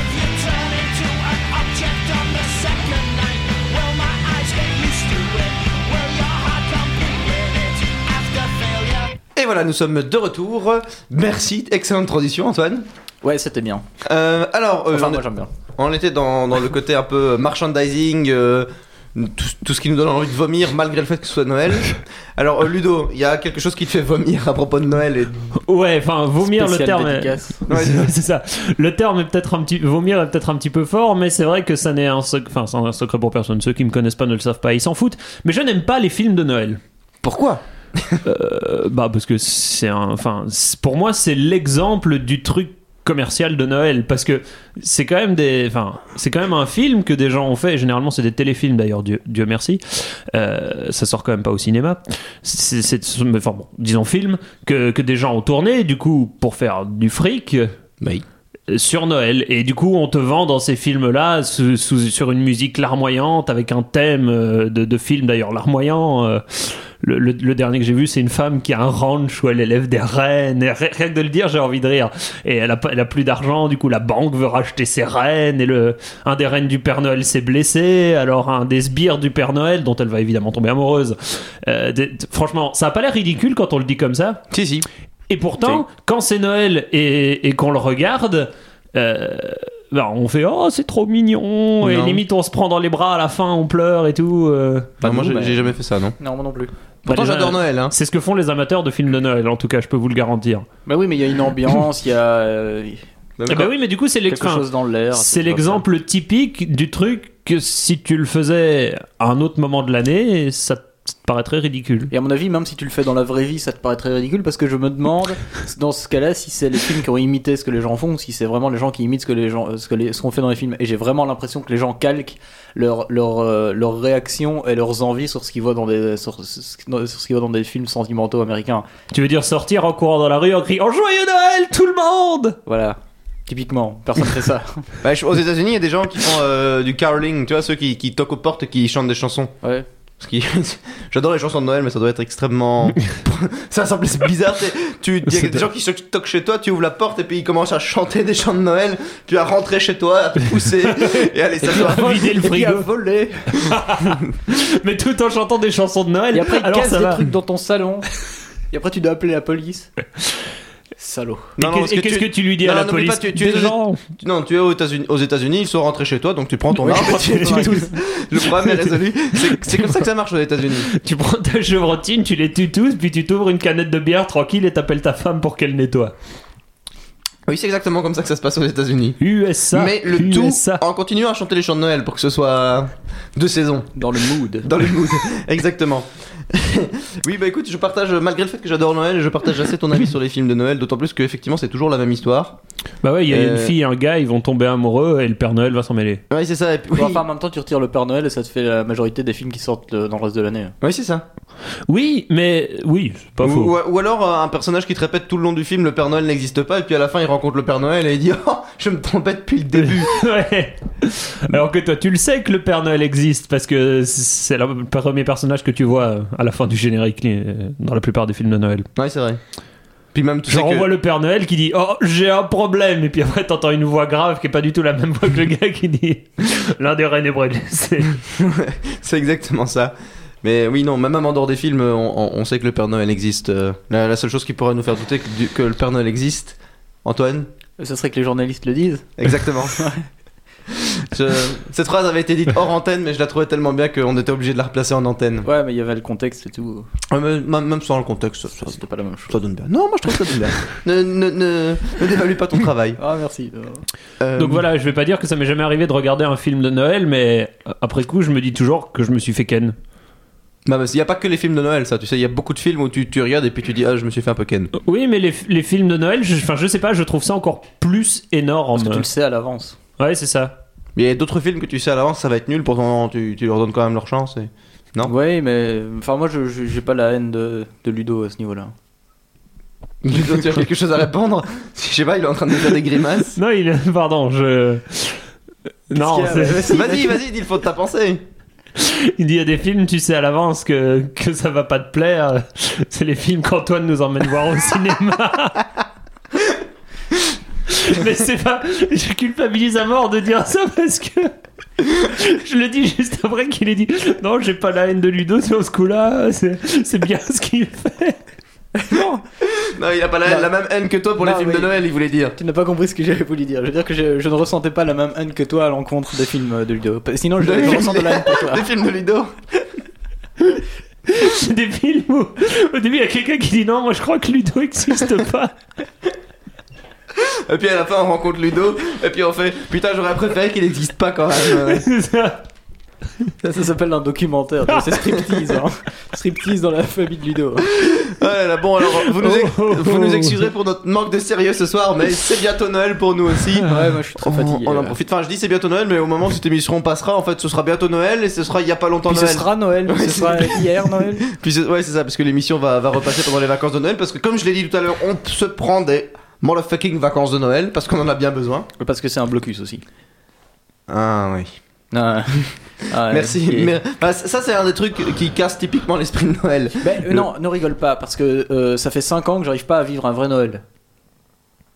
If you turn into an object on the second night, will my eyes get used to it? Will your heart compete with it after failure? Et voilà, nous sommes de retour. Merci, excellente transition Antoine. Ouais, c'était bien. Euh, alors, euh, Enfin, on, moi j'aime bien. on était dans, dans le côté un peu merchandising, euh, tout, tout ce qui nous donne envie de vomir malgré le fait que ce soit Noël. Alors euh, Ludo, il y a quelque chose qui te fait vomir à propos de Noël et Ouais, enfin, vomir le Spécial terme. est- dédicace. Ouais, c'est c'est ça. Le terme est peut-être un petit vomir est peut-être un petit peu fort, mais c'est vrai que ça n'est un sec- enfin c'est un secret pour personne. Ceux qui me connaissent pas ne le savent pas, ils s'en foutent. Mais je n'aime pas les films de Noël. Pourquoi Euh, bah parce que c'est un enfin c'est- pour moi c'est l'exemple du truc commercial de Noël parce que c'est quand même des enfin c'est quand même un film que des gens ont fait et généralement c'est des téléfilms d'ailleurs Dieu, Dieu merci Euh, ça sort quand même pas au cinéma c'est c'est- mais enfin bon disons film que, que des gens ont tourné du coup pour faire du fric Bah, Oui. euh, sur Noël et du coup on te vend dans ces films là sur une musique larmoyante avec un thème euh, de, de film d'ailleurs larmoyant euh, le, le- le dernier que j'ai vu, c'est une femme qui a un ranch où elle élève des rennes. Et ri- rien que de le dire, j'ai envie de rire. Et elle a, pas- elle a plus d'argent, du coup, la banque veut racheter ses rennes. Et le, un des rennes du Père Noël s'est blessé. Alors, un des sbires du Père Noël, dont elle va évidemment tomber amoureuse. Euh, des- t- franchement, ça a pas l'air ridicule quand on le dit comme ça. Si, si. Et pourtant, quand c'est Noël et, et qu'on le regarde, euh, ben, on fait Oh, c'est trop mignon. Et Non. limite, on se prend dans les bras à la fin, on pleure et tout. euh. Bah, moi, nous, j'ai bah- j'ai jamais fait ça, non Non, moi non plus. Pourtant, déjà, j'adore Noël, hein. C'est ce que font les amateurs de films de Noël, en tout cas, je peux vous le garantir. Bah oui, mais il y a une ambiance, il y a euh, Eh ben oui, mais du coup, c'est quelque l'exemple. chose dans l'air. C'est l'exemple typique du truc que si tu le faisais à un autre moment de l'année, ça te paraîtrait ridicule. Et à mon avis, même si tu le fais dans la vraie vie, ça te paraît très ridicule parce que je me demande, dans ce cas-là, si c'est les films qui ont imité ce que les gens font, ou si c'est vraiment les gens qui imitent ce que les gens, ce que les, ce qu'on fait dans les films. Et j'ai vraiment l'impression que les gens calquent leur leur euh, leurs réactions et leurs envies sur ce qu'ils voient dans des sur, ce- sur ce qu'ils voient dans des films sentimentaux américains. Tu veux dire sortir en courant dans la rue en criant Joyeux Noël, tout le monde Voilà. Typiquement, personne fait ça. Bah, je- aux États-Unis, il y a des gens qui font euh, du caroling, tu vois, ceux qui, qui toquent aux portes et qui chantent des chansons. Ouais. Parce qu'ils- J'adore les chansons de Noël, mais ça doit être extrêmement. ça semble c'est bizarre. t'es- Tu il y a des gens qui se- qui toquent chez toi, tu ouvres la porte et puis ils commencent à chanter des chants de Noël, puis à rentrer chez toi, à te pousser et à aller s'asseoir. puis à vider le Et puis à frigo. voler. Mais tout en chantant des chansons de Noël. Et après, ils alors cassent ça des va. trucs dans ton salon. Et après, tu dois appeler la police. Salaud. Et Non, non, parce qu'est- Et que qu'est-ce que tu- tu lui dis Non, à la non, n'oublie police pas, tu- tu es- Des gens. tu- Non, tu es aux États-Unis, aux États-Unis, ils sont rentrés chez toi, donc tu prends ton arme et tu- tu Ouais. tousses. Le problème est résolu. C'est- C'est comme ça que ça marche aux États-Unis. Tu prends ta chevrotine, tu les tues tous, puis tu t'ouvres une canette de bière tranquille et t'appelles ta femme pour qu'elle nettoie. Oui, c'est exactement comme ça que ça se passe aux États-Unis. USA. mais le USA. tout en continuant à chanter les chants de Noël pour que ce soit de saison, Dans le mood. dans le mood. Exactement. oui, bah écoute, je partage, malgré le fait que j'adore Noël, je partage assez ton avis sur les films de Noël, d'autant plus que effectivement c'est toujours la même histoire. Bah ouais, il y a Euh, une fille et un gars, ils vont tomber amoureux et le Père Noël va s'en mêler. Oui, c'est ça. et puis- oui, Bon, Enfin, en même temps, tu retires le Père Noël et ça te fait la majorité des films qui sortent euh, dans le reste de l'année. Oui, c'est ça. Oui, mais oui, c'est pas Ou, faux. ou- ou alors euh, un personnage qui te répète tout le long du film le Père Noël n'existe pas, et puis à la fin il rencontre le Père Noël et il dit Oh, je me trompais depuis le début. Ouais. Alors que toi, tu le sais que le Père Noël existe parce que c'est le premier personnage que tu vois à la fin du générique euh, dans la plupart des films de Noël. oui, c'est vrai. Puis même tout ça. Genre, on voit le Père Noël qui dit Oh, j'ai un problème. Et puis après, t'entends une voix grave qui est pas du tout la même voix que le gars qui dit L'un des reines est blessé. C'est exactement ça. Mais oui, non, même en dehors des films, on, on- on sait que le Père Noël existe. Euh, La, la seule chose qui pourrait nous faire douter que, du- que le Père Noël existe, Antoine Ça serait que les journalistes le disent. Exactement. Je- cette phrase avait été dite hors antenne, mais je la trouvais tellement bien qu'on était obligé de la replacer en antenne. Ouais, mais il y avait le contexte et tout. Ouais, mais même même sans le contexte, ça, C'était pas la même chose. ça donne bien. Non, moi je trouve que ça donne bien. ne, ne, ne, ne dévalue pas ton travail. Ah, merci. Euh, Euh, Donc voilà, je vais pas dire que ça m'est jamais arrivé de regarder un film de Noël, mais euh, après coup, je me dis toujours que je me suis fait ken. bah, bah, Il n'y a pas que les films de Noël, ça. Tu sais, il y a beaucoup de films où tu, tu regardes et puis tu dis Ah, je me suis fait un peu ken. Oui, mais les, les films de Noël, je, enfin, je sais pas, je trouve ça encore Parce plus que tu Euh, énorme. le sais à l'avance. Ouais, c'est ça. Mais il y a d'autres films que tu sais à l'avance, ça va être nul, pourtant tu, tu leur donnes quand même leur chance. Et... Non. Ouais, mais. Enfin, moi, je- je- j'ai pas la haine de, de Ludo à ce niveau-là. Ludo, tu as quelque chose à répondre Je sais pas, il est en train de me faire des grimaces. Non, il pardon, je. Non, Qu'est-ce qu'il y a c'est- Vas-y, vas-y, dis le fond de ta pensée. il dit, il y a des films, tu sais à l'avance que, que ça va pas te plaire. C'est les films qu'Antoine nous emmène voir au cinéma. Mais c'est pas. Je culpabilise à mort de dire ça parce que. Je le dis juste après qu'il ait dit Non, j'ai pas la haine de Ludo sur ce coup-là, c'est c'est bien ce qu'il fait. Non, Bah, il a pas la, Non. la même haine que toi pour les Non, films Bah. oui. de Noël, il voulait dire. Tu n'as pas compris ce que j'avais voulu dire. Je veux dire que je, je ne ressentais pas la même haine que toi à l'encontre des films de Ludo. Parce- Sinon, je, Des je films- ressens de la haine pour toi. Des films de Ludo C'est des films où au début il y a quelqu'un qui dit non, moi je crois que Ludo existe pas. Et puis à la fin, on rencontre Ludo. Et puis on fait Putain, j'aurais préféré qu'il n'existe pas quand même. Ça, ça s'appelle un documentaire, donc c'est striptease. Hein. Striptease dans la famille de Ludo. Ouais, là, bon, alors vous nous, ex- Oh. vous nous excuserez pour notre manque de sérieux ce soir, mais c'est bientôt Noël pour nous aussi. Ouais, moi je suis très On, fatigué. on en profite. Enfin, je dis c'est bientôt Noël, mais au moment où cette émission passera, en fait, ce sera bientôt Noël et ce sera il y a pas longtemps Puis ce Noël. sera Noël, puis Ouais, ce sera hier Noël. Puis c'est- ouais, c'est ça, parce que l'émission va, va repasser pendant les vacances de Noël, parce que comme je l'ai dit tout à l'heure, on se prend des motherfucking vacances de Noël, parce qu'on en a bien besoin. Parce que c'est un blocus aussi. Ah oui. Ah, ah, Euh, Merci. ok. Mais- bah, ça, ça, c'est un des trucs qui casse typiquement l'esprit de Noël. Ben, euh, Le- Non, ne rigole pas, parce que euh, ça fait 5 ans que j'arrive pas à vivre un vrai Noël.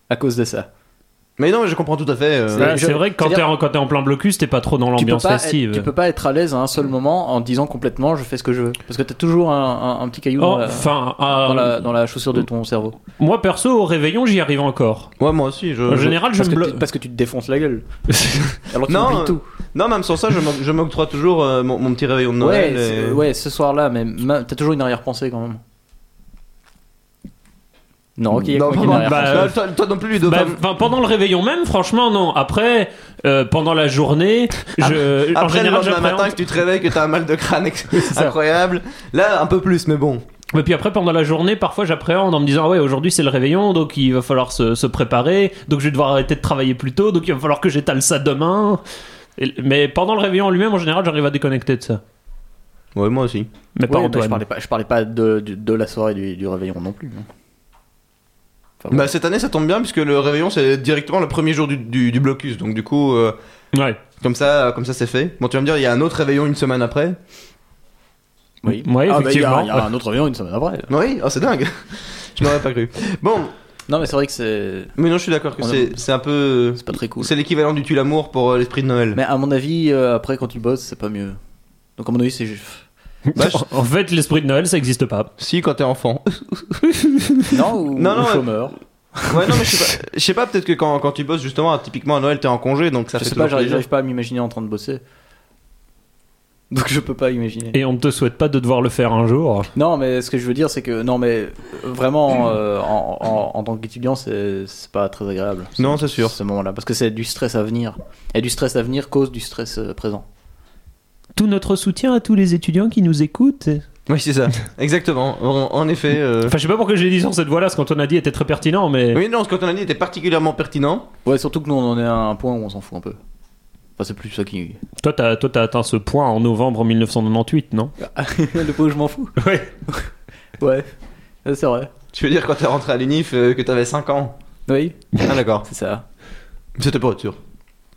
À cause de ça. Mais non, mais je comprends tout à fait. euh, Ouais, Ah, je- C'est vrai que quand t'es c'est-à-dire- en, quand t'es en plein blocus, t'es pas trop dans Tu peux, l'ambiance pas être, festive. tu peux pas être à l'aise à un seul moment en disant complètement je fais ce que je veux. Parce que t'as toujours un, un- un petit caillou dans, la, Enfin, euh, dans la- dans la chaussure de ton cerveau. moi perso, au réveillon, j'y arrive encore. Ouais, moi aussi. Je, En je- général, Ah, je Parce me que, tu, bloque. parce que tu te défonces la gueule. Alors tu Non, oublies euh, tout. Non, même sans ça, je m'oc- je m'octroie toujours euh, mon, mon petit réveillon de Ouais, Noël. et- c'est- ouais, ce soir-là, mais ma- t'as toujours une arrière-pensée quand même. Non, ok, y a Non, quoi qui vraiment, m'arrive bah, bah, toi, toi non plus, Ludo. Bah, enfin, enfin, pendant le réveillon même, franchement, non. Après, euh, pendant la journée, je, en Après le général, lendemain j'appréhende- matin que tu te réveilles, que t'as un mal de crâne ex- bah, incroyable. Là, un peu plus, mais bon. Et puis après, pendant la journée, parfois j'appréhende en me disant Ah ouais, aujourd'hui c'est le réveillon, donc il va falloir se, se préparer, donc je vais devoir arrêter de travailler plus tôt, donc il va falloir que j'étale ça demain. Et- mais pendant le réveillon en lui-même, en général, j'arrive à déconnecter de ça. Ouais, moi aussi. Mais pas Oui, mais Antoine. je parlais pas, je parlais pas de, de, de la soirée du, du réveillon non plus. hein. Enfin, bon. Bah, cette année, ça tombe bien, puisque le réveillon, c'est directement le premier jour du, du- du blocus. Donc, du coup, euh, Ouais. comme ça, comme ça c'est fait. Bon, tu vas me dire, il y a un autre réveillon une semaine après. oui, Ouais, Ah, bah, il y a- effectivement. il y, a un autre réveillon une semaine après. Oui, oh, c'est dingue. je n'aurais pas cru. Bon, Non, mais c'est vrai que c'est mais non, je suis d'accord que On a- c'est c'est un peu. c'est pas très cool. C'est l'équivalent du tu l'amour pour euh, l'esprit de Noël. Mais à mon avis, euh, après quand tu bosses, c'est pas mieux. Donc à mon avis, c'est juste. Bah, je- En fait, l'esprit de Noël, ça n'existe pas. Si, quand t'es enfant. Non, ou, Non, ou non, ouais. chômeur. ouais, non, mais je sais pas. Je sais pas, peut-être que quand, quand tu bosses, justement, typiquement à Noël, t'es en congé, donc ça je fait sais pas, toujours j'arrive plaisir. j'arrive pas à m'imaginer en train de bosser. Donc je peux pas imaginer. Et on ne te souhaite pas de devoir le faire un jour. Non, mais ce que je veux dire, c'est que non, mais euh, vraiment, euh, en, en- en tant qu'étudiant, c'est c'est pas très agréable. Non, c'est sûr. Ce moment-là, parce que c'est du stress à venir. Et du stress à venir cause du stress euh, présent. Tout notre soutien à tous les étudiants qui nous écoutent. Oui, c'est ça. Exactement. En, en effet. euh, Enfin, je sais pas pourquoi j'ai dit sur cette voix-là, ce qu'Antoine a dit était très pertinent, mais. Oui, non, ce qu'on a dit était particulièrement pertinent. Ouais, surtout que nous, on en est à un point où on s'en fout un peu. Enfin, c'est plus ça qui. Toi, t'as toi, t'as atteint ce point en novembre 1998, non Le point où je m'en fous. Ouais. Ouais, Ouais, c'est vrai. Tu veux dire quand t'es rentré à l'UNIF euh, que t'avais 5 ans Oui, Ah, d'accord. c'est ça. C'était pas sûr.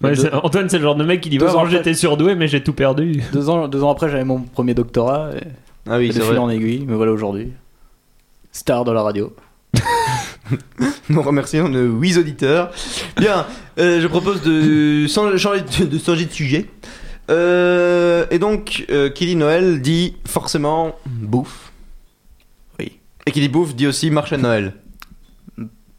Ouais, Deux- c'est- Antoine, c'est le genre de mec qui dit Deux Ouais, ans avant, après. j'étais surdoué, mais j'ai tout perdu. Deux ans, deux ans après, j'avais mon premier doctorat. Et... Ah oui, c'est de vrai. fil en aiguille, me voilà aujourd'hui. Star de la radio. Nous remercions nos 8 auditeurs. Bien, euh, je propose de sans- changer de, de changer de sujet. Euh, et donc, euh, qui dit Noël dit forcément bouffe. Oui. Et qui dit bouffe dit aussi marché de Noël.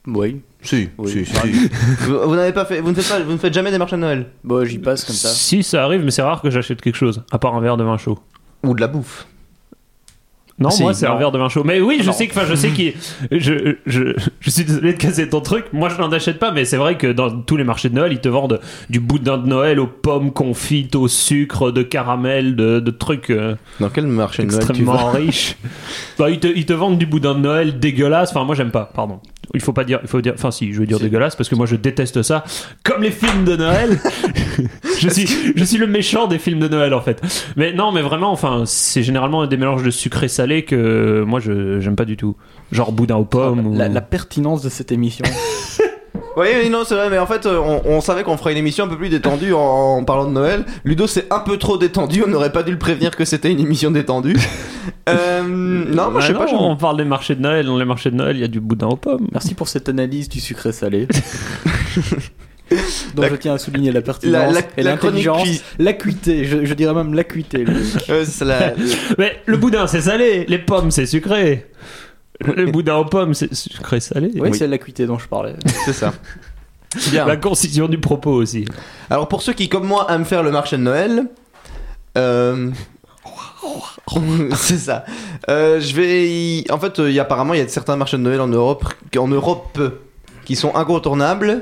Oui. Si, Oui. si, si. vous, vous n'avez pas fait, vous ne faites pas, vous ne faites jamais des marchés de Noël Bon, j'y passe comme ça. Si ça arrive, mais c'est rare que j'achète quelque chose, à part un verre de vin chaud. ou de la bouffe. Non, Si, moi c'est non. un verre de vin chaud. Mais oui, je Non. sais que, enfin, je sais qu'il, je, je, je suis désolé de casser ton truc. Moi, je n'en achète pas, mais c'est vrai que dans tous les marchés de Noël, ils te vendent du boudin de Noël aux pommes confites, au sucre, de caramel, de, de trucs euh, Dans quel marché de Noël tu vas extrêmement riches. Enfin, Bah, ils, te, ils te vendent du boudin de Noël dégueulasse. Enfin, moi, j'aime pas. Pardon. Il faut pas dire, il faut dire. Enfin, si, je vais dire Si. dégueulasse parce que moi, je déteste ça. Comme les films de Noël. je suis, je suis le méchant des films de Noël en fait. Mais non, mais vraiment, enfin, c'est généralement des mélanges de sucré salé que euh, moi, je j'aime pas du tout. Genre boudin aux pommes. ou- La, la pertinence de cette émission. Oui, oui, non, c'est vrai, mais en fait, euh, on, on savait qu'on ferait une émission un peu plus détendue en, en parlant de Noël. Ludo, c'est un peu trop détendu, on n'aurait pas dû le prévenir que c'était une émission détendue. Euh, non, moi, je sais Bah pas, non, j'en- On parle des marchés de Noël. Dans les marchés de Noël, il y a du boudin aux pommes. Merci pour cette analyse du sucré salé. Donc La- je tiens à souligner la pertinence la- et la chronique l'intelligence, cuis- l'acuité, je, je dirais même l'acuité. le- Euh, c'est la- Mais le boudin, c'est salé. Les pommes, c'est sucré. Le boudin aux pommes, c'est sucré salé. Oui, c'est l'acuité dont je parlais. c'est ça. Bien. La concision du propos aussi. Alors, pour ceux qui, comme moi, aiment faire le marché de Noël, euh, c'est ça. Euh, je vais. y- En fait, euh, il y a- apparemment, il y a certains marchés de Noël en Europe, en Europe, qui sont incontournables,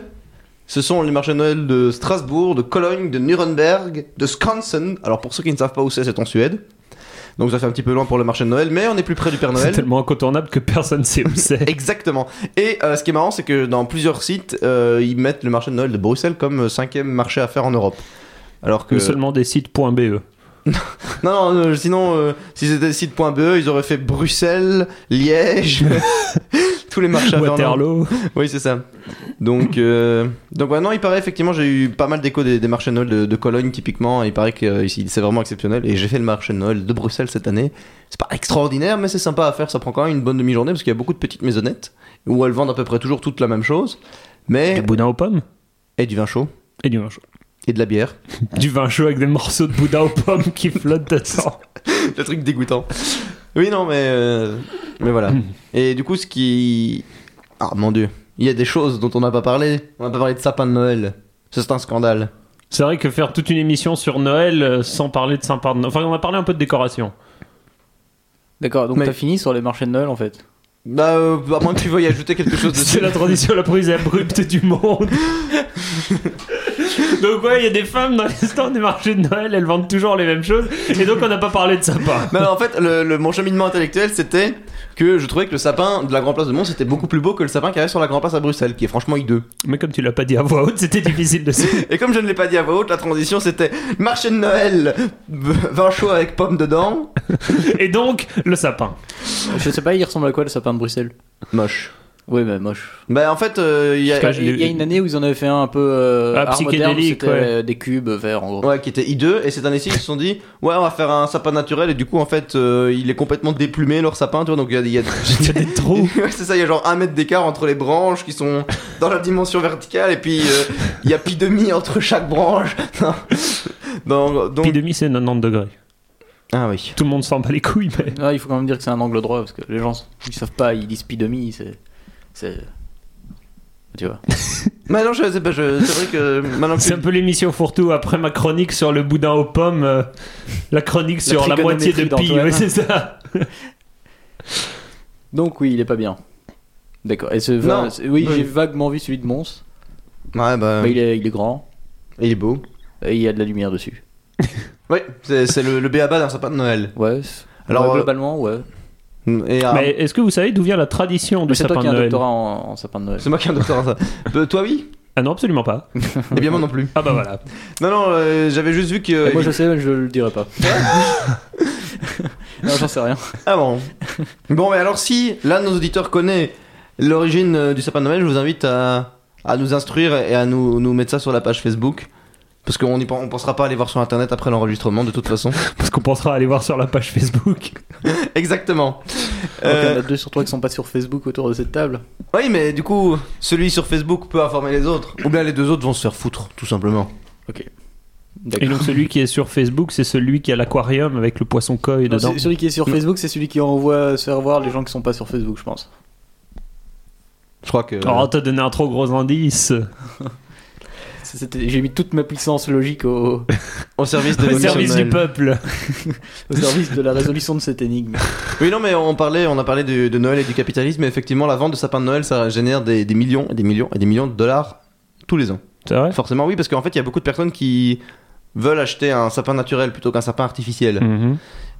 ce sont les marchés de Noël de Strasbourg, de Cologne, de Nuremberg, de Skansen. Alors pour ceux qui ne savent pas où c'est, c'est en Suède. Donc ça fait un petit peu loin pour le marché de Noël, mais on est plus près du Père C'est Noël. tellement incontournable que personne ne sait où c'est. Exactement. Et euh, ce qui est marrant, c'est que dans plusieurs sites, euh, ils mettent le marché de Noël de Bruxelles comme euh, cinquième marché à faire en Europe. Alors que Que seulement des sites E. .be. non, non, euh, sinon, euh, si c'était site.be, E, ils auraient fait Bruxelles, Liège, tous les marchés à faire en Europe. Waterloo. Oui, c'est ça. Donc, euh, donc ouais, non, il paraît effectivement, j'ai eu pas mal d'échos des, des marchés de Noël de, de Cologne typiquement. Et il paraît que euh, ici, c'est vraiment exceptionnel. Et j'ai fait le marché de Noël de Bruxelles cette année. C'est pas extraordinaire, mais c'est sympa à faire. Ça prend quand même une bonne demi-journée parce qu'il y a beaucoup de petites maisonnettes où elles vendent à peu près toujours toute la même chose. Mais Du boudin aux pommes et du vin chaud et du vin chaud. et de la bière. Du vin chaud avec des morceaux de boudin aux pommes qui flottent dedans. le truc dégoûtant. Oui, non, mais euh, mais voilà. Et du coup, ce qui ah mon dieu, il y a des choses dont on n'a pas parlé. On n'a pas parlé de sapin de Noël. Ça, C'est un scandale. C'est vrai que faire toute une émission sur Noël euh, sans parler de Saint-Pardon. Enfin, on a parlé un peu de décoration. D'accord, donc Mais- t'as fini sur les marchés de Noël en fait. Bah, euh, à moins que tu veuilles ajouter quelque chose dessus. C'est la transition la plus abrupte du monde. donc ouais, il y a des femmes dans les stands des marchés de Noël, elles vendent toujours les mêmes choses. Et donc on n'a pas parlé de sapin. Non, non, en fait, le, le- mon cheminement intellectuel, c'était que je trouvais que le sapin de la Grand Place de Mons était beaucoup plus beau que le sapin qui arrive sur la Grand Place à Bruxelles, qui est franchement hideux. Mais comme tu l'as pas dit à voix haute, c'était difficile de se... Et comme je ne l'ai pas dit à voix haute, la transition c'était marché de Noël, v- vin chaud avec pommes dedans, Et donc, le sapin. Je sais pas, il ressemble à quoi le sapin de Bruxelles moche. Oui, mais moche. Bah, en fait, euh, il y a. Je sais pas, je l'ai- Il y a une année où ils en avaient fait un un peu euh, Ah, art moderne, psychédélique, c'était, ouais. euh, des cubes verts en gros. Ouais, qui était hideux, et cette année-ci, ils se sont dit, ouais, on va faire un sapin naturel, et du coup, en fait, euh, il est complètement déplumé, leur sapin, tu vois, donc il y a, il y a- Il y a des trous. Ouais, c'est ça, il y a genre un mètre d'écart entre les branches qui sont dans la dimension verticale, et puis euh, il y a pi demi entre chaque branche. Non. Non, donc... Puis demi, c'est 90 degrés. Ah oui. Tout le monde s'en bat les couilles, mais... Ah, il faut quand même dire que c'est un angle droit parce que les gens ils savent pas, ils disent pi demi, c'est. c'est- Tu vois. Mais Bah non, je sais pas, je- c'est vrai que maintenant que C'est un peu l'émission fourre-tout après ma chronique sur le boudin aux pommes, euh, la chronique sur la, moitié de trigonométrie pi, d'Antoine. ouais, c'est ça. Donc oui, il est pas bien. D'accord. Et ce vin- Non. c'est- oui, Oui. j'ai vaguement vu celui de Mons. Ouais, bah, Mais il il est, il est grand est, beau. et il y a de la lumière dessus. Ouais, c'est c'est le, le béaba d'un sapin de Noël. Ouais. c'est- Alors, ouais, euh, globalement, ouais. Et, ah, Mais est-ce que vous savez d'où vient la tradition du Mais c'est toi sapin qui de as un Noël doctorat en, en sapin de Noël. C'est moi qui ai un doctorat, ça. Euh, toi, oui Ah non, absolument pas. Eh bien, moi non plus. Ah bah voilà. Non, non, euh, j'avais juste vu que. Et moi je sais, mais je le dirai pas. non, j'en sais rien. Ah bon Bon, mais alors si l'un de nos auditeurs connaît l'origine euh, du sapin de Noël, je vous invite à, à nous instruire et à nous, nous mettre ça sur la page Facebook. Parce qu'on n'y pen- on pensera pas aller voir sur internet après l'enregistrement de toute façon. Parce qu'on pensera aller voir sur la page Facebook. Exactement. Alors qu'il y en Euh, a deux sur toi qui sont pas sur Facebook autour de cette table. oui, mais du coup, celui sur Facebook peut informer les autres. Ou bien les deux autres vont se faire foutre, tout simplement. Et D'accord. donc celui qui est sur Facebook, c'est celui qui a l'aquarium avec le poisson koi Non, dedans. c'est- Celui qui est Mm. sur Facebook, c'est celui qui envoie se faire voir les gens qui sont pas sur Facebook, je pense. Je crois que. euh, Oh, t'as donné un trop gros indice. C'était- J'ai mis toute ma puissance logique au, au service de Au l'émission de service Noël. du peuple. au service de la résolution de cette énigme. Oui, non, mais on parlait, on a parlé de, de Noël et du capitalisme. Et effectivement, la vente de sapins de Noël, ça génère des, des millions et des millions et des millions de dollars tous les ans. C'est vrai Forcément, oui, parce qu'en fait, il y a beaucoup de personnes qui veulent acheter un sapin naturel plutôt qu'un sapin artificiel. Mhm.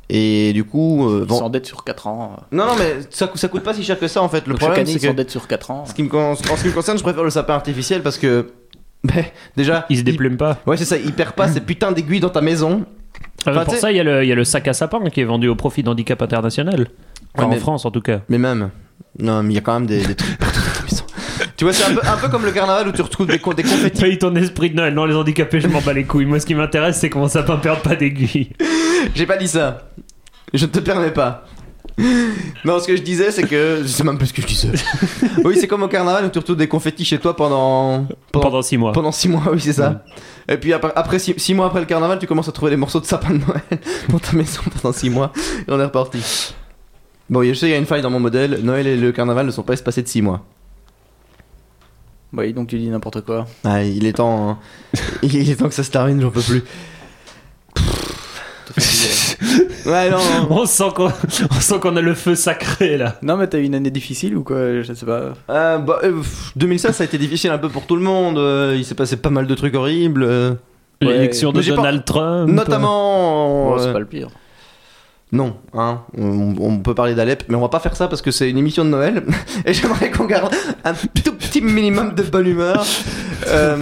Et du coup, euh, Ils bon- s'endettent sur 4 ans. non, non, mais ça, cou- ça coûte pas si cher que ça en fait. Le Donc, chaque problème, année, c'est ils que s'endettent sur 4 ans. ce qui me con- en ce qui me concerne, je préfère le sapin artificiel parce que ben, déjà, Il se déplume pas. Ouais, c'est ça. Il perd pas ces putains d'aiguilles dans ta maison. Ah, Enfin, pour t'sais- ça, il y, a le- il y a le sac à sapin qui est vendu au profit d'handicap international. Enfin, Ouais, mais- En France, en tout cas. Mais même, non, mais il y a quand même des, des trucs partout dans ta maison. Tu vois, c'est un peu, un peu comme le carnaval où tu retrouves des, co- des confettis. Paye ton esprit de Noël. Non, les handicapés, je m'en bats les couilles. Moi, ce qui m'intéresse, c'est que mon sapin perde pas d'aiguille. J'ai pas dit ça. Je ne te permets pas. Non, ce que je disais, c'est que. Je sais même plus ce que je disais. Oui, c'est comme au carnaval où tu retrouves des confettis chez toi pendant. Pendant six mois. pendant six mois, oui, c'est ça. Et puis après, après six, six mois après le carnaval, tu commences à trouver des morceaux de sapin de Noël pour ta maison pendant six mois. Et on est reparti. Bon, je sais, il y a une faille dans mon modèle. Noël et le carnaval ne sont pas espacés de six mois. Oui, donc tu dis n'importe quoi. Ah, il est temps. hein. Il est temps que ça se termine, j'en peux plus. T'es fatigué. Ouais, non, non. On sent qu'on on sent qu'on a le feu sacré là. Non, mais t'as eu une année difficile ou quoi Je sais pas. Euh, bah, euh, pff, 2016, ça a été difficile un peu pour tout le monde. euh, il s'est passé pas mal de trucs horribles. euh, Ouais. L'élection de Mais j'ai pas- Donald Trump. notamment. Oh, euh, c'est pas le pire. Non, hein, on, on peut parler d'Alep, mais on va pas faire ça parce que c'est une émission de Noël et j'aimerais qu'on garde un tout petit minimum de bonne humeur. Euh,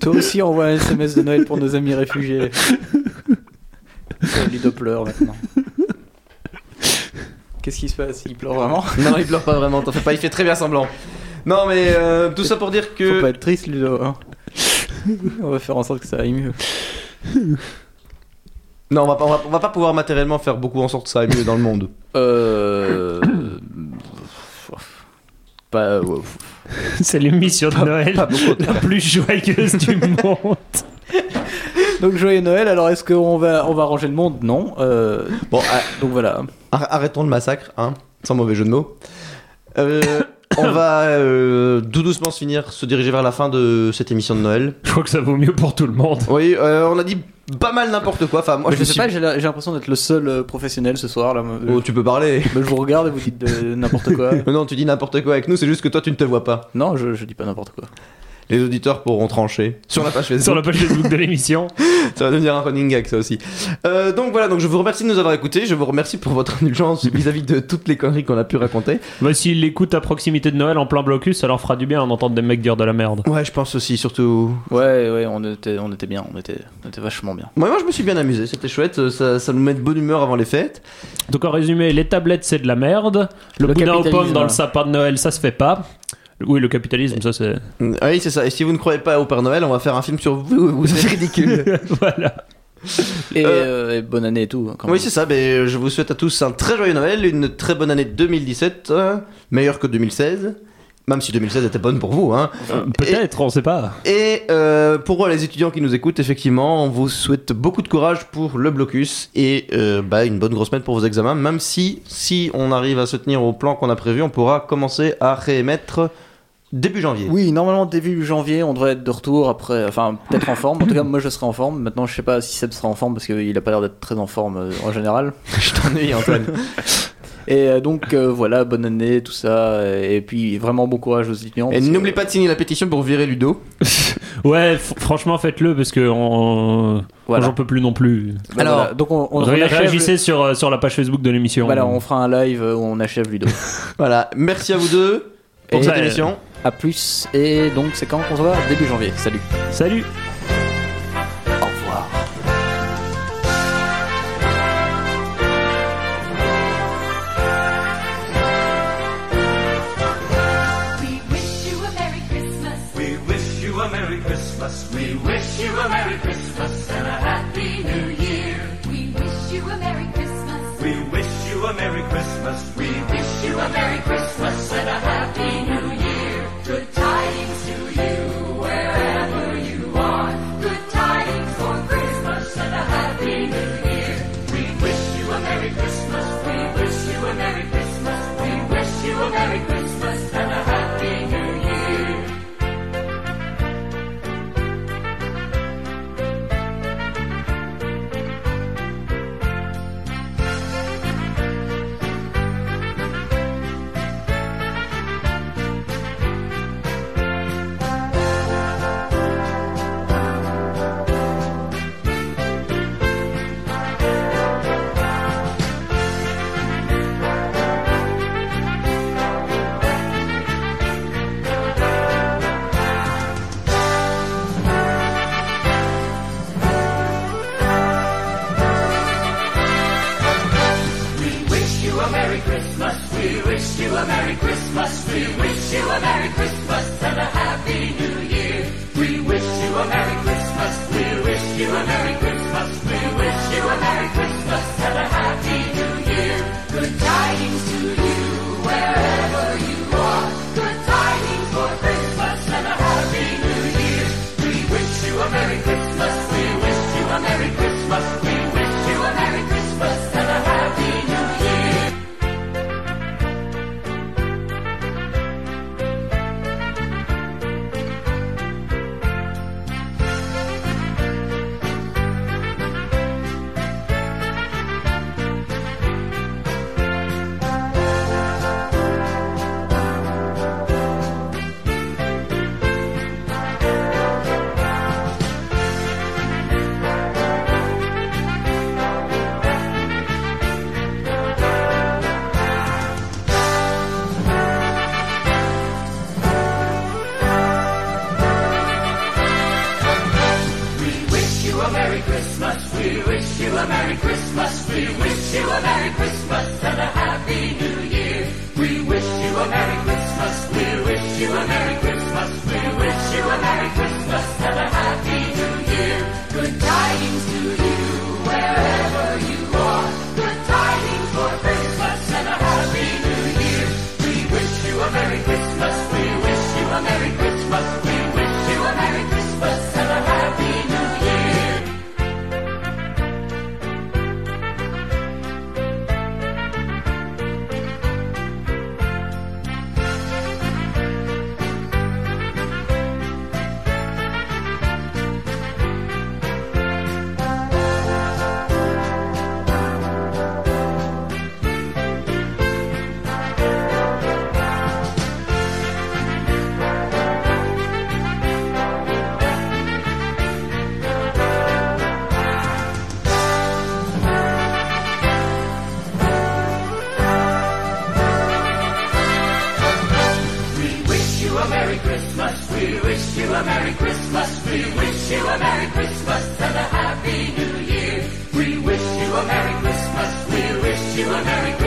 Toi aussi, envoie un SMS de Noël pour nos amis réfugiés. Oh, les Doppler maintenant. Qu'est-ce qui se passe Il pleure vraiment non, il pleure pas vraiment, t'en fais pas, il fait très bien semblant. Non, mais euh, tout ça pour dire Faut pas que. être triste, Ludo. hein. On va faire en sorte que ça aille mieux. Non, on va, pas, on, va, on va pas pouvoir matériellement faire beaucoup en sorte que ça aille mieux dans le monde. Euh. Pas. euh, C'est l'émission de Noël la plus joyeuse du monde. Donc joyeux Noël. Alors est-ce qu'on va on va ranger le monde Non. Euh, Bon, a- donc voilà. ar- arrêtons le massacre, hein, sans mauvais jeu de mots. Euh, on va euh, tout doucement se finir, se diriger vers la fin de cette émission de Noël. Je crois que ça vaut mieux pour tout le monde. Oui, euh, on a dit pas mal n'importe quoi. Enfin, moi, je, me sais suis- pas. J'ai la- j'ai l'impression d'être le seul euh, professionnel ce soir là. Euh, Oh, tu peux parler. Je vous regarde et vous dites de- n'importe quoi. Mais Non, tu dis n'importe quoi avec nous, c'est juste que toi tu ne te vois pas. Non, je, je dis pas n'importe quoi. Les auditeurs pourront trancher sur la page Facebook. Sur la page Facebook de l'émission. Ça va devenir un running gag ça aussi. Euh, donc voilà, donc je vous remercie de nous avoir écoutés, je vous remercie pour votre indulgence vis-à-vis de toutes les conneries qu'on a pu raconter. Bah, s'ils l'écoutent à proximité de Noël en plein blocus, ça leur fera du bien d'entendre des mecs dire de la merde. Ouais, je pense aussi, surtout. Ouais, ouais, on était on était bien, on était on était vachement bien. Moi, moi je me suis bien amusé, c'était chouette, euh, ça, ça nous met de bonne humeur avant les fêtes. Donc en résumé, les tablettes c'est de la merde, le, Le boudin aux pommes capitalisme. dans le sapin de Noël ça se fait pas. Oui, le capitalisme, ça c'est. Mm, Oui, c'est ça, et si vous ne croyez pas au Père Noël, on va faire un film sur vous, vous êtes ridicule. voilà. Et, Euh, euh, et bonne année et tout. hein, quand oui, même. c'est ça, mais euh, je vous souhaite à tous un très joyeux Noël, une très bonne année 2017, euh, meilleure que 2016, même si 2016 était bonne pour vous, hein. Euh, Peut-être, on sait pas. Et euh, pour les étudiants qui nous écoutent, effectivement, on vous souhaite beaucoup de courage pour le blocus et euh, bah, une bonne grosse semaine pour vos examens. Même si, si on arrive à se tenir au plan qu'on a prévu, on pourra commencer à réémettre début janvier. Oui, normalement début janvier, on devrait être de retour après, enfin peut-être en forme. En tout cas, moi je serai en forme. Maintenant, je sais pas si Seb sera en forme parce qu'il a pas l'air d'être très en forme euh, en général. je t'ennuie, Antoine. Et euh, donc euh, voilà, bonne année, tout ça. Et puis vraiment bon courage aux étudiants. et parce que- n'oublie pas de signer la pétition pour virer Ludo. Ouais, f- franchement, faites-le parce que on... Voilà. j'en peux plus non plus. Bah, Alors, voilà. donc on, on- on Ré- achève- Réagissez sur, euh, sur la page Facebook de l'émission. Voilà, on fera un live euh, où on achève Ludo. Voilà, merci à vous deux pour Et- cette Ouais. émission. à plus. Et donc c'est quand qu'on se voit Début janvier. Salut. Salut! Au revoir. We wish you a Merry Christmas. We wish you a Merry Christmas. We Wish you a Merry Christmas and a Happy New Year. We wish you a Merry Christmas. we wish you a Merry Christmas. We Wish you a Merry Christmas and a Happy New Year. Good tidings to you wherever you are. Good tidings for Christmas and a Happy New Year. We wish you a Merry Christmas. We wish you a Merry Christmas. We wish you a Merry Christmas and a Happy New Year. We wish you a Merry Christmas. We wish you a Merry Christmas. We wish you a Merry Christmas and a Happy New Year. We wish you a Merry Christmas. We wish you a Merry Christmas. We wish you a Merry Christmas and a Happy New Year. Good tidings to you wherever you are. Good tidings for Christmas and a Happy New Year. We wish you a Merry Christmas. We wish you a Merry Christmas. We wish you a Merry Christmas and a Happy New Year. Christmas. We wish you a Merry Christmas. We wish you a Merry Christmas and a Happy New Year. We wish you a Merry Christmas. We wish you a Merry Christmas. We wish you a Merry Christmas and a Happy New Year. Good tidings to you wherever you are. Good tidings for Christmas and a Happy New Year. We wish you a Merry Christmas. We wish you a Merry Christmas. We wish you a Merry Christmas and a Happy New Year. We wish you a Merry Christmas. We wish you a Merry Christmas. We wish you a Merry Christmas and a Happy New Year. We wish you a Merry Christmas. We wish you a Merry Christmas.